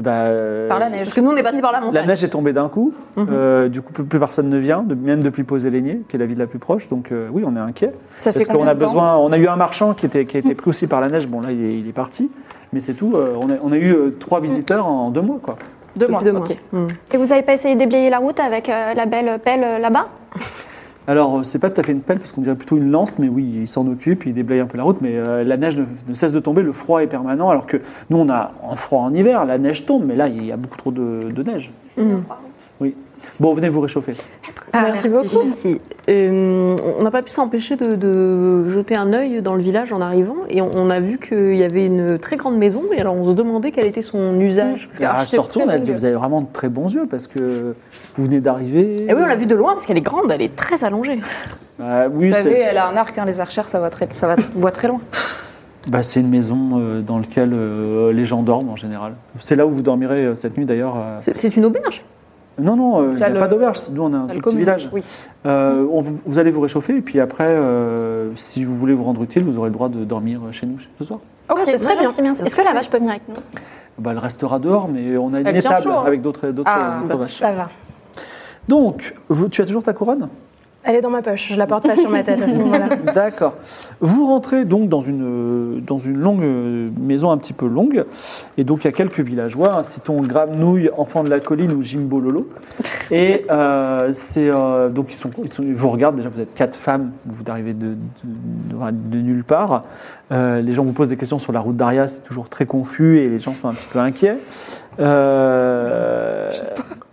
Eh ben, euh, Par la neige. Parce que nous, on est passé par la montagne. La neige est tombée d'un coup, Mhm. Euh, du coup plus, plus personne ne vient, de- même depuis Posé-Légné, qui est la ville la plus proche. Donc euh, oui, on est inquiet. Ça fait parce qu'on combien a de temps besoin. On a eu un marchand qui était qui a été pris aussi par la neige. Bon là, il est, il est parti, mais c'est tout. Euh, on, a, on a eu euh, trois visiteurs en deux mois, quoi. Deux mois. Deux mois. ok. Hmm. Et vous avez pas essayé de déblayer la route avec euh, la belle pelle euh, là-bas Alors euh, c'est pas tout à fait une pelle parce qu'on dirait plutôt une lance, mais oui, il s'en occupe, il déblaye un peu la route, mais euh, la neige ne, ne cesse de tomber, le froid est permanent, alors que nous on a un froid en hiver, la neige tombe, mais là il y a beaucoup trop de, de neige. Oui. Bon, venez vous réchauffer. Merci beaucoup. Ah, Merci. Euh, on n'a pas pu s'empêcher de, de jeter un œil dans le village en arrivant et on, on a vu qu'il y avait une très grande maison et alors on se demandait quel était son usage. Parce que Ah, l'architecte- se retourne, elle dit, vous avez vraiment de très bons yeux parce que vous venez d'arriver. Et Eh oui, on l'a vu de loin parce qu'elle est grande, elle est très allongée. Ah, oui, Vous savez, c'est elle a un arc, hein, les archères, ça va très, ça va voit très loin. bah, c'est une maison euh, dans laquelle euh, les gens dorment en général. C'est là où vous dormirez euh, cette nuit d'ailleurs. euh. C'est c'est une auberge. Non, non, euh, il n'y Ça, a le- pas d'auberge, nous on a un tout petit commune, village. Oui. Euh, on- vous allez vous réchauffer et puis après, euh, si vous voulez vous rendre utile, vous aurez le droit de dormir euh, chez nous ce soir. Ok, Ah, c'est très bien. Est-ce que la vache peut venir avec nous Bah, elle restera dehors, mais on a une Elle tient étable chaud, hein. avec d'autres d'autres- euh, Ah, d'autres bah, vaches. Ça va. Donc, vous- tu as toujours ta couronne Elle est dans ma poche, je la porte pas sur ma tête à ce moment-là. D'accord. Vous rentrez donc dans une, euh, dans une longue euh, maison un petit peu longue. Et donc, il y a quelques villageois, hein, citons Gravenouille, Enfant de la Colline ou Jimbo Lolo. Et euh, c'est. euh, donc, ils, sont, ils, sont- ils vous regardent. Déjà, vous êtes quatre femmes. Vous arrivez de, de, de- de nulle part. Euh, les gens vous posent des questions sur la route d'Aria. C'est toujours très confus et les gens sont un petit peu inquiets. Euh,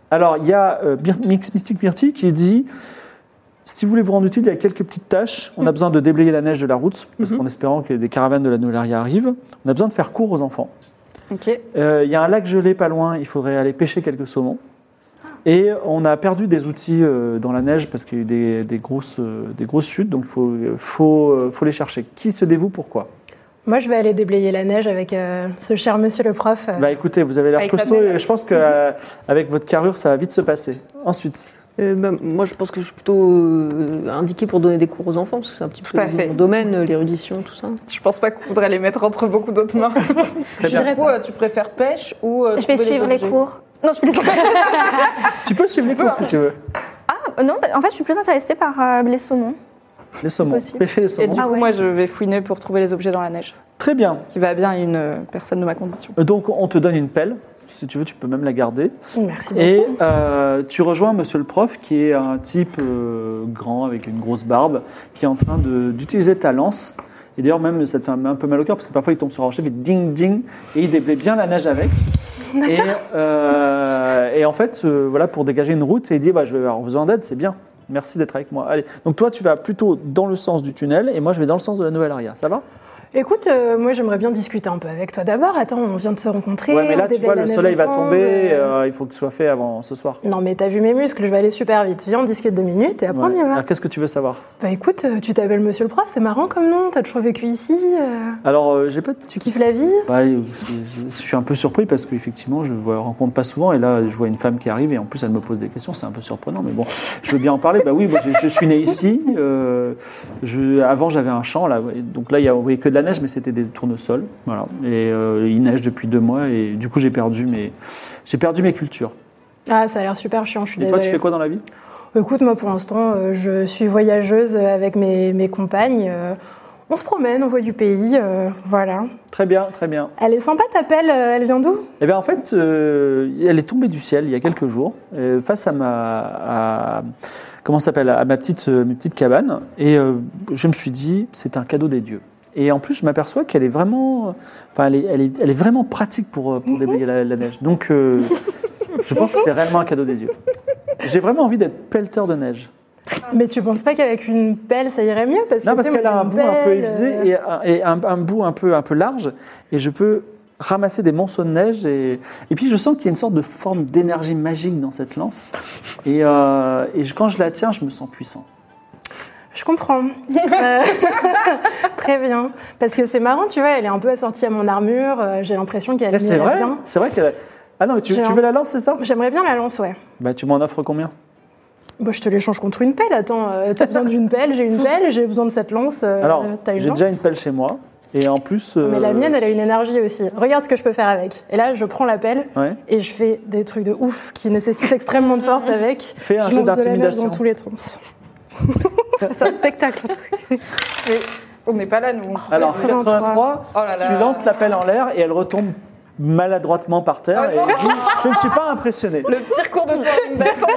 alors, il y a euh, Bir- Mix Mystique Myrtille qui dit si vous voulez vous rendre utile, il y a quelques petites tâches. On a besoin de déblayer la neige de la route, parce qu'en espérant que des caravanes de la Nouvelle-Aria arrivent, on a besoin de faire court aux enfants. Ok. Euh, Il y a un lac gelé pas loin, il faudrait aller pêcher quelques saumons. Et on a perdu des outils euh, dans la neige parce qu'il y a eu des, des grosses, euh, des grosses chutes, donc il faut, faut, euh, faut les chercher. Qui se dévoue pourquoi Moi, je vais aller déblayer la neige avec euh, ce cher monsieur le prof. euh, Bah écoutez, vous avez l'air Avec sa costaud belle- et je pense qu'avec votre carrure, ça va vite se passer. Ensuite, Euh, bah, moi, je pense que je suis plutôt euh, indiquée pour donner des cours aux enfants, parce que c'est un petit peu Tout à fait. mon domaine, euh, l'érudition, tout ça. Je pense pas qu'on voudrait les mettre entre beaucoup d'autres mains. Très bien. Du coup, euh, tu préfères pêche ou euh, Je vais trouver suivre les objets cours. Non, je plaisante. tu peux suivre les cours si tu veux. Ah, non, en fait, je suis plus intéressée par euh, les saumons. Les saumons, Possible. pêcher les Et saumons. du coup, moi, je vais fouiner pour trouver les objets dans la neige, Très bien. ce qui va bien à une euh, personne de ma condition. Euh, Donc on te donne une pelle. Si tu veux, tu peux même la garder. Merci beaucoup. Et euh, tu rejoins monsieur le prof, qui est un type euh, grand avec une grosse barbe, qui est en train de- d'utiliser ta lance. Et d'ailleurs, même, ça te fait un, un peu mal au cœur, parce que parfois il tombe sur un rocher, il fait ding ding, et il déblaye bien la nage avec. Et, euh, et en fait, euh, voilà, pour dégager une route, et il dit bah, Je vais avoir besoin d'aide, c'est bien. Merci d'être avec moi. Allez, donc toi, tu vas plutôt dans le sens du tunnel, et moi, je vais dans le sens de la nouvelle aria. Ça va Écoute, euh, moi, j'aimerais bien discuter un peu avec toi d'abord. Attends, on vient de se rencontrer. Ouais, mais on là, tu déblaye vois, la le neige soleil va ensemble, tomber, euh, euh, il faut que ce soit fait avant ce soir. Non, mais t'as vu mes muscles, je vais aller super vite. Viens, on discute deux minutes et après on Ouais. y va. Alors, qu'est-ce que tu veux savoir Bah écoute, euh, tu t'appelles monsieur le prof, c'est marrant comme nom, t'as toujours vécu ici, euh, Alors, euh, j'ai pas de tu kiffes la vie. Bah, je, je- je suis un peu surpris parce qu'effectivement, je ne rencontre pas souvent. Et là, je vois une femme qui arrive et en plus, elle me pose des questions. C'est un peu surprenant, mais bon, je veux bien en parler. Bah oui, moi, je, je suis né ici. euh, je, avant, j'avais un champ. Là, et donc là, il n'y avait que de la neige, mais c'était des tournesols. Voilà. Et euh, il neige depuis deux mois et du coup, j'ai perdu mes, j'ai perdu mes cultures. Ah, ça a l'air super chiant, je Et suis toi, tu désolée. fais quoi dans la vie Écoute, moi pour l'instant, euh, je suis voyageuse avec mes, mes compagnes. euh, on se promène, on voit du pays, euh, voilà. Très bien, très bien. Elle est sympa ta pelle, euh, elle vient d'où Eh bien, en fait, euh, elle est tombée du ciel il y a quelques jours, euh, face à ma, à- comment ça s'appelle, à ma petite, euh, mes petites cabanes, et euh, je me suis dit, c'est un cadeau des dieux. Et en plus, je m'aperçois qu'elle est vraiment, enfin, elle est, elle est, elle est vraiment pratique pour, euh, pour déblayer la, la neige. Donc, euh, je pense que c'est réellement un cadeau des dieux. J'ai vraiment envie d'être pelleteur de neige. Mais tu penses pas qu'avec une pelle ça irait mieux parce Non, que, parce tu sais, qu'elle a moi, un j'ai bout une un peu pelle, évisé euh, et, un- et un, un bout un peu, un peu large, et je peux ramasser des monceaux de neige. Et, et puis je sens qu'il y a une sorte de forme d'énergie magique dans cette lance. Et, euh, et je- quand je la tiens, je me sens puissant. Je comprends. Euh, Très bien. Parce que c'est marrant, tu vois, elle est un peu assortie à mon armure, euh, j'ai l'impression qu'elle Eh, C'est m'irait vrai bien. C'est vrai qu'elle. a- Ah non, mais tu, J'ai tu un- veux la lance, c'est ça J'aimerais bien la lance, ouais. Bah tu m'en offres combien Bah, je te l'échange contre une pelle. Attends, euh, t'as besoin d'une pelle, j'ai une pelle, j'ai besoin de cette lance. euh, Alors, t'as j'ai lance déjà une pelle chez moi, et en plus. euh, Mais la mienne, elle a une énergie aussi. Regarde ce que je peux faire avec. Et là, je prends la pelle Ouais. et je fais des trucs de ouf qui nécessitent extrêmement de force avec. Fais un je jeu lance de la neige d'intimidation. dans tous les sens. C'est un spectacle. Mais on n'est pas là, nous. Alors, 83, Oh là là. tu lances la pelle en l'air et elle retombe maladroitement par terre. Ah et non. elle dit, je ne suis pas impressionné. Le pire cours de drawing bâton.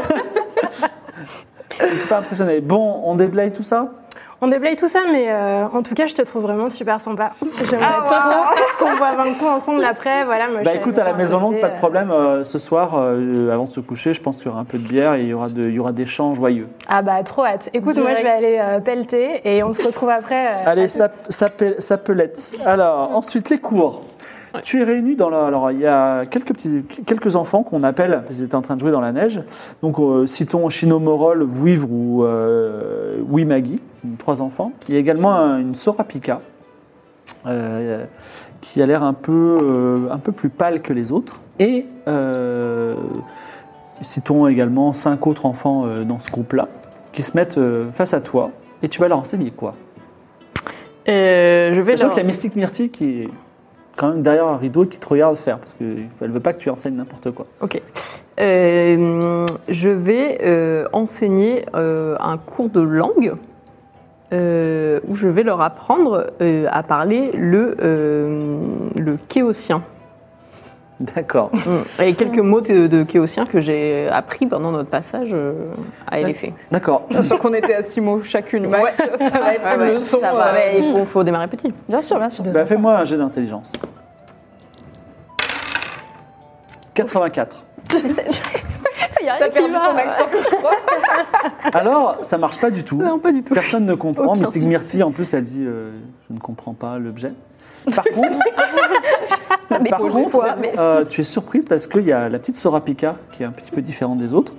Je ne suis pas impressionné. Bon, on déblaye tout ça On déblaye tout ça, mais euh, en tout cas, je te trouve vraiment super sympa. Ah, J'aimerais trop qu'on voit 20 coups ensemble après. Voilà, moi, je Bah suis écoute, à la vraiment Maison Longue, invitée, pas de euh. problème. euh, ce soir, euh, avant de se coucher, je pense qu'il y aura un peu de bière et il y aura, de, il y aura des chants joyeux. Ah bah, trop hâte. Écoute, moi, je vais aller euh, pelleter et on se retrouve après. euh, Allez, à sa, toutes. sa pe- sa pelette. Alors, ensuite, les cours. Tu es réuni dans la. Alors, il y a quelques, petits, quelques enfants qu'on appelle, ils étaient en train de jouer dans la neige. Donc, euh, citons Chino Morol, Wivre ou euh, Oui Maggie, donc trois enfants. Il y a également un- une Sorapika, euh, qui a l'air un, peu, euh, un peu plus pâle que les autres. Et euh, citons également cinq autres enfants euh, dans ce groupe-là, qui se mettent euh, face à toi. Et tu vas leur enseigner quoi Euh, je vais Sachant leur... qu'il y a Mystique Myrtille qui est quand même derrière un rideau et qui te regarde faire, parce qu'elle veut pas que tu enseignes n'importe quoi. Ok. Euh, je vais euh, enseigner euh, un cours de langue euh, où je vais leur apprendre euh, à parler le, euh, le kéotien. D'accord. Mm. Et quelques mots de, de kéotien que j'ai appris pendant notre passage euh, à LFA. D'accord. Sachant qu'on était à 6 mots chacune, Max. Ça va être une leçon. Ah, Ça va, euh, mais il faut, faut démarrer petit. Bien sûr, bien sûr. Bah, Fais-moi un jet d'intelligence. 84. Il y a T'as perdu ton accent, je crois. Alors, ça marche pas du tout. Non, pas du tout. Personne ne comprend. Aucun Mystique souci. Myrtille, en plus, elle dit euh, Je ne comprends pas l'objet. Par contre, mais Par pour le contre, poids, mais- euh, tu es surprise parce qu'il y a la petite Sora Pika qui est un petit peu différente des autres.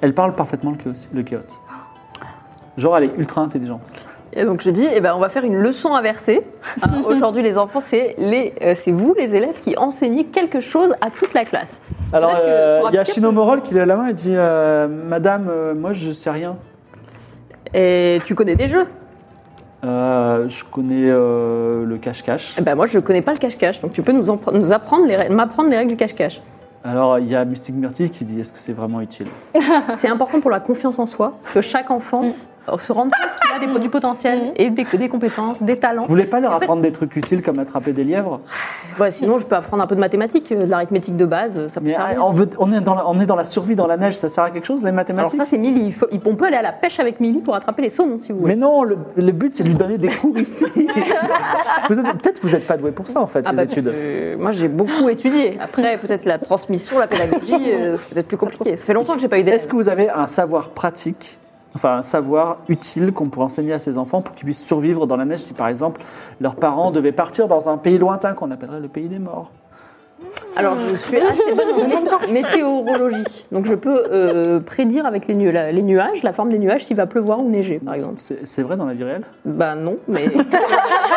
Elle parle parfaitement le chaos- le chaos. Genre, elle est ultra intelligente. Et donc je dis, eh ben, on va faire une leçon inversée. Hein, Aujourd'hui, les enfants, c'est les, euh, c'est vous, les élèves, qui enseignez quelque chose à toute la classe. Alors, Peut-être que euh, Sora il y a Pika Shino Morol qui lève la main et dit euh, Madame, euh, moi je sais rien. Et tu connais des jeux Euh, je connais euh, le cache-cache. eh ben, Moi, je ne connais pas le cache-cache, donc tu peux nous, en pre- nous apprendre les, rè- m'apprendre les règles du cache-cache. Alors, il y a Mystic Murtis qui dit Est-ce que c'est vraiment utile C'est important pour la confiance en soi que chaque enfant euh, se rende compte qu'il a des- du potentiel et des, des compétences, des talents. Vous voulez pas leur En fait- Ah, apprendre des trucs utiles comme attraper des lièvres Ouais, sinon, je peux apprendre un peu de mathématiques, euh, de l'arithmétique de base, euh, ça peut Mais servir. on, veut- on est dans la, on est dans la survie, dans la neige, ça sert à quelque chose les Alors mathématiques ça, c'est Milly. Il faut- il- on peut aller à la pêche avec Milly pour attraper les saumons, si vous voulez. Mais non, le, le but c'est de lui donner des cours ici. Vous êtes- Peut-être que vous n'êtes pas doué pour ça en fait, Ah les bah, études. euh, moi, j'ai beaucoup étudié. Après, peut-être la transmission, la pédagogie, euh, c'est peut-être plus compliqué. Ça fait longtemps que j'ai pas eu Est-ce d'élèves. que vous avez un savoir pratique, enfin un savoir utile qu'on pourrait enseigner à ces enfants pour qu'ils puissent survivre dans la neige si par exemple leurs parents devaient partir dans un pays lointain qu'on appellerait le pays des morts Alors, je suis assez bonne en mé- météorologie. Donc, je peux euh, prédire avec les, nu- la- les nuages, la forme des nuages, s'il va pleuvoir ou neiger, par exemple. C'est c'est vrai dans la vie réelle Bah non, mais...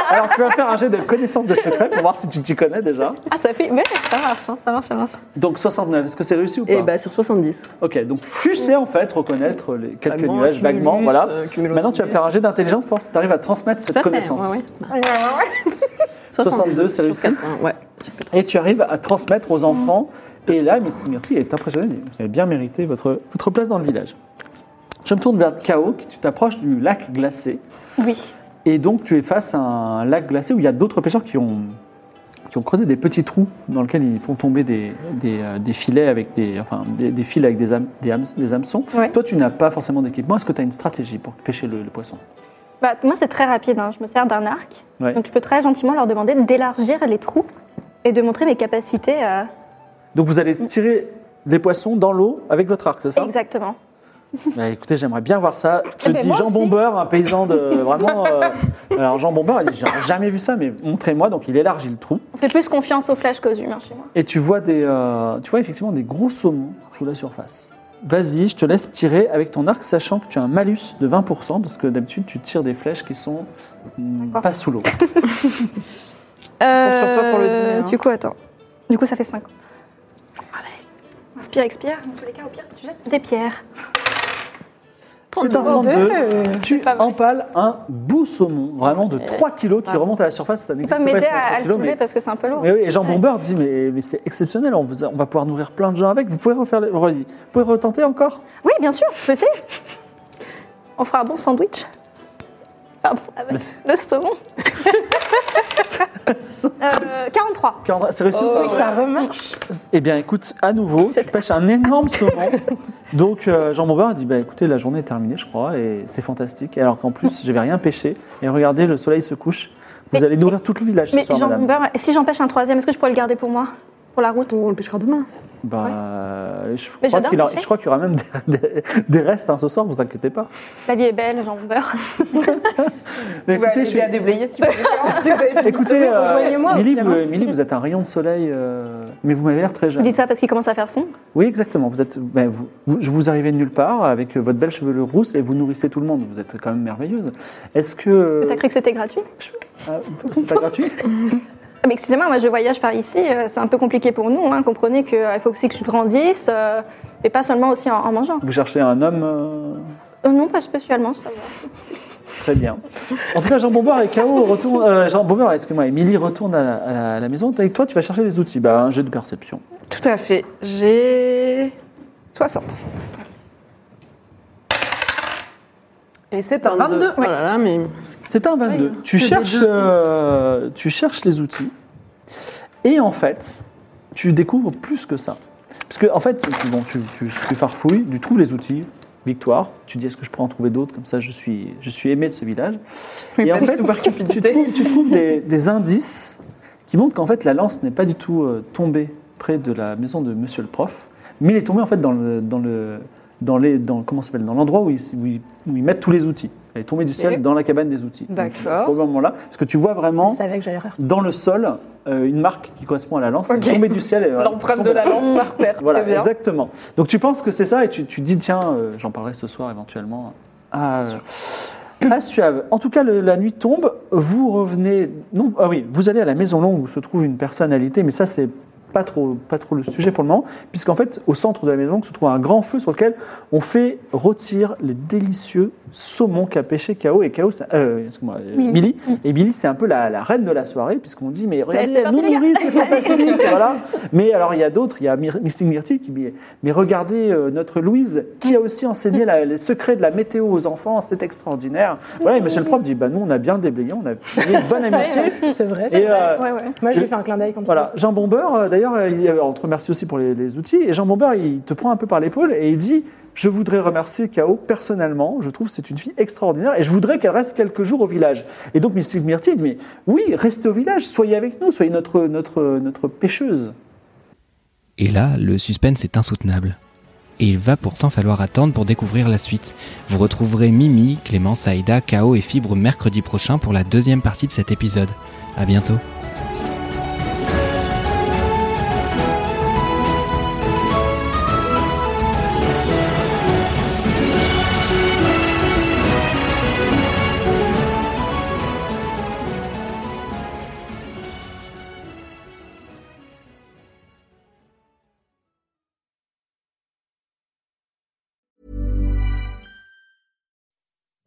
Alors tu vas faire un jet de connaissance de secret pour voir si tu t'y connais déjà. Ah, ça fait. Ouais, ça marche, hein, ça marche, ça marche. Donc 69, est-ce que c'est réussi ou pas Et bah, sur 70. Ok, donc tu sais en fait reconnaître les quelques Vaguement, nuages vaguement, cumulus, voilà. euh, cumulonimbus. Maintenant tu vas faire un jet d'intelligence pour voir si tu arrives à transmettre cette Tout à fait, connaissance. ouais, ouais. 62, c'est sur réussi. 80, Ouais. Et tu arrives à transmettre aux enfants. Et là, Mr. Murphy est impressionné. Vous avez bien mérité votre, votre place dans le village. Je me tourne vers Kao, qui tu t'approches du lac glacé. Oui. Et donc, tu es face à un lac glacé où il y a d'autres pêcheurs qui ont, qui ont creusé des petits trous dans lesquels ils font tomber des, des, euh, des filets avec des, enfin, des, des fils avec des, ham- des, ham- des hameçons. Ouais. Toi, tu n'as pas forcément d'équipement. Est-ce que tu as une stratégie pour pêcher le, le poisson Bah, moi, c'est très rapide. hein. Je me sers d'un arc. Ouais. Donc, je peux très gentiment leur demander d'élargir les trous et de montrer mes capacités. euh, Donc, vous allez tirer des poissons dans l'eau avec votre arc, c'est Oh. ça Exactement. Bah, écoutez, j'aimerais bien voir ça. Je te Eh ben, dis moi Jean aussi. Bombeur, un paysan de vraiment. euh, Alors Jean Bombeur, il dit j'ai jamais vu ça, mais montrez-moi. Donc il élargit le trou On fait plus confiance aux flashs qu'aux humains chez moi. et tu vois des, euh, tu vois effectivement des gros saumons sous la surface. Vas-y, je te laisse tirer avec ton arc, sachant que tu as un malus de 20% parce que d'habitude tu tires des flèches qui sont mm, pas sous l'eau. Euh, sur toi pour le dîner, hein. Du coup, attends. Du coup, ça fait 5. Inspire, expire. Dans tous les cas, au pire, tu jettes des pierres. C'est un 32. Tu empales un beau saumon, vraiment Euh, de 3 kilos qui remonte à la surface. Ça Tu peux n'existe pas. m'aider sur les 3 à, à le kilos, soulever mais- parce que c'est un peu lourd. Mais oui, et Jean Bombeur dit mais, mais c'est exceptionnel, on, vous a- on va pouvoir nourrir plein de gens avec. Vous pouvez refaire, le- vous pouvez retenter encore Oui, bien sûr, je sais. On fera un bon sandwich. Pardon, avec Merci. le saumon. Euh, 43. Car André- C'est réussi ou Oh, pas Ça remarche. Eh bien, écoute, à nouveau, tu pêches un énorme saumon. Donc euh, Jean Bombeur dit bah écoutez, la journée est terminée, je crois, et c'est fantastique. Alors qu'en plus, j'avais rien pêché. Et regardez, le soleil se couche. Vous Mais- allez nourrir tout le village ce Mais soir, Jean madame. Bomber, si j'empêche un troisième, est-ce que je pourrais le garder pour moi Pour la route On le pêchera demain. Bah, je, Mais crois j'adore qu'il en- pêcher. je crois qu'il y aura même des, des- des restes hein, ce soir, vous inquiétez pas. La vie est belle, Jean Bomber. Mais Vous pouvez écoutez, aller je aider à suis- déblayer si vous voulez. Si vous avez fini. écoutez, euh, Rejoignez-moi au Milly, pire, vous, hein. Milly, vous êtes un rayon de soleil, euh, mais vous m'avez l'air très jeune. Dites ça parce qu'il commence à faire sombre. Oui, exactement. Vous êtes, ben, vous, vous- je vous arrivez de nulle part avec euh, votre belle chevelure rousse et vous nourrissez tout le monde. Vous êtes quand même merveilleuse. Est-ce que T'as cru que c'était gratuit Ah, c'est pas gratuit Ah, Mais excusez-moi, moi je voyage par ici, euh, c'est un peu compliqué pour nous. hein. Comprenez qu'il faut aussi que je grandisse, euh, et pas seulement aussi en, en mangeant. Vous cherchez un homme euh, Euh, non, pas spécialement, ça va. très bien. En tout cas, Jean Bombard et K.O. retournent. euh, Jean Bombard, excuse-moi, Émilie retourne à la, à la- à la maison. Et toi, tu vas chercher les outils. Bah, un jeu de perception. Tout à fait. J'ai 60. Et c'est un 22. Oh là là, mais... C'est un 22. Tu, cherches, euh, tu cherches les outils. Et en fait, tu découvres plus que ça. Parce que, en fait, tu, bon, tu, tu- tu farfouilles, tu trouves les outils, victoire. Tu dis, est-ce que je pourrais en trouver d'autres Comme ça, je suis, je suis aimé de ce village. et en fait, tu trouves, tu trouves des, des indices qui montrent qu'en fait, la lance n'est pas du tout euh, tombée près de la maison de monsieur le prof, mais elle est tombée en fait dans le. Dans le dans les, dans, comment ça s'appelle Dans l'endroit où ils, où, ils, où ils mettent tous les outils. Elle est tombée du ciel dans la cabane des outils. Donc, D'accord. Au moment-là, parce que tu vois vraiment Je savais que j'allais rire. dans le sol euh, une marque qui correspond à la lance. Elle est Ok. tombée du ciel. et, euh, L'empreinte de tombée. la lance par terre. Voilà, très bien. exactement. Donc tu penses que c'est ça et tu, tu dis, tiens, euh, j'en parlerai ce soir éventuellement à, euh, à Suave. En tout cas, le- la nuit tombe, vous revenez. Non, ah oui, vous allez à la maison longue où se trouve une personnalité, mais ça, c'est pas trop, pas trop le sujet pour le moment, puisqu'en fait, au centre de la maison longue se trouve un grand feu sur lequel on fait rôtir les délicieux saumons qu'a pêché Kao et Kao, c'est- euh, excuse-moi, euh, Milly. Milly. Et Milly, c'est un peu la, la reine de la soirée, puisqu'on dit, mais regardez, c'est elle nous parti, les gars. nourrit, c'est fantastique, voilà. Mais alors, il y a d'autres, il y a Myr- Mystic Myrtille qui dit Mais regardez euh, notre Louise, qui a aussi enseigné la- les secrets de la météo aux enfants, c'est extraordinaire. Voilà, et monsieur le prof dit Bah, nous, on a bien déblayé, on a fait une bonne amitié. C'est vrai. Et, euh, Ouais, ouais. Moi, je lui fais un clin d'œil quand il voilà, Jean Bombeur, euh, d'ailleurs, euh, il- euh, on te remercie aussi pour les, les outils. Et Jean Bombeur, il te prend un peu par l'épaule et il dit Je voudrais remercier K.O. personnellement. Je trouve que c'est une fille extraordinaire et je voudrais qu'elle reste quelques jours au village. Et donc, Mystique Myrtille dit Mais oui, restez au village, soyez avec nous, soyez notre, notre, notre pêcheuse. Et là, le suspense est insoutenable. Et il va pourtant falloir attendre pour découvrir la suite. Vous retrouverez Mimi, Clémence, Aïda, Kao et Fibre mercredi prochain pour la deuxième partie de cet épisode. À bientôt.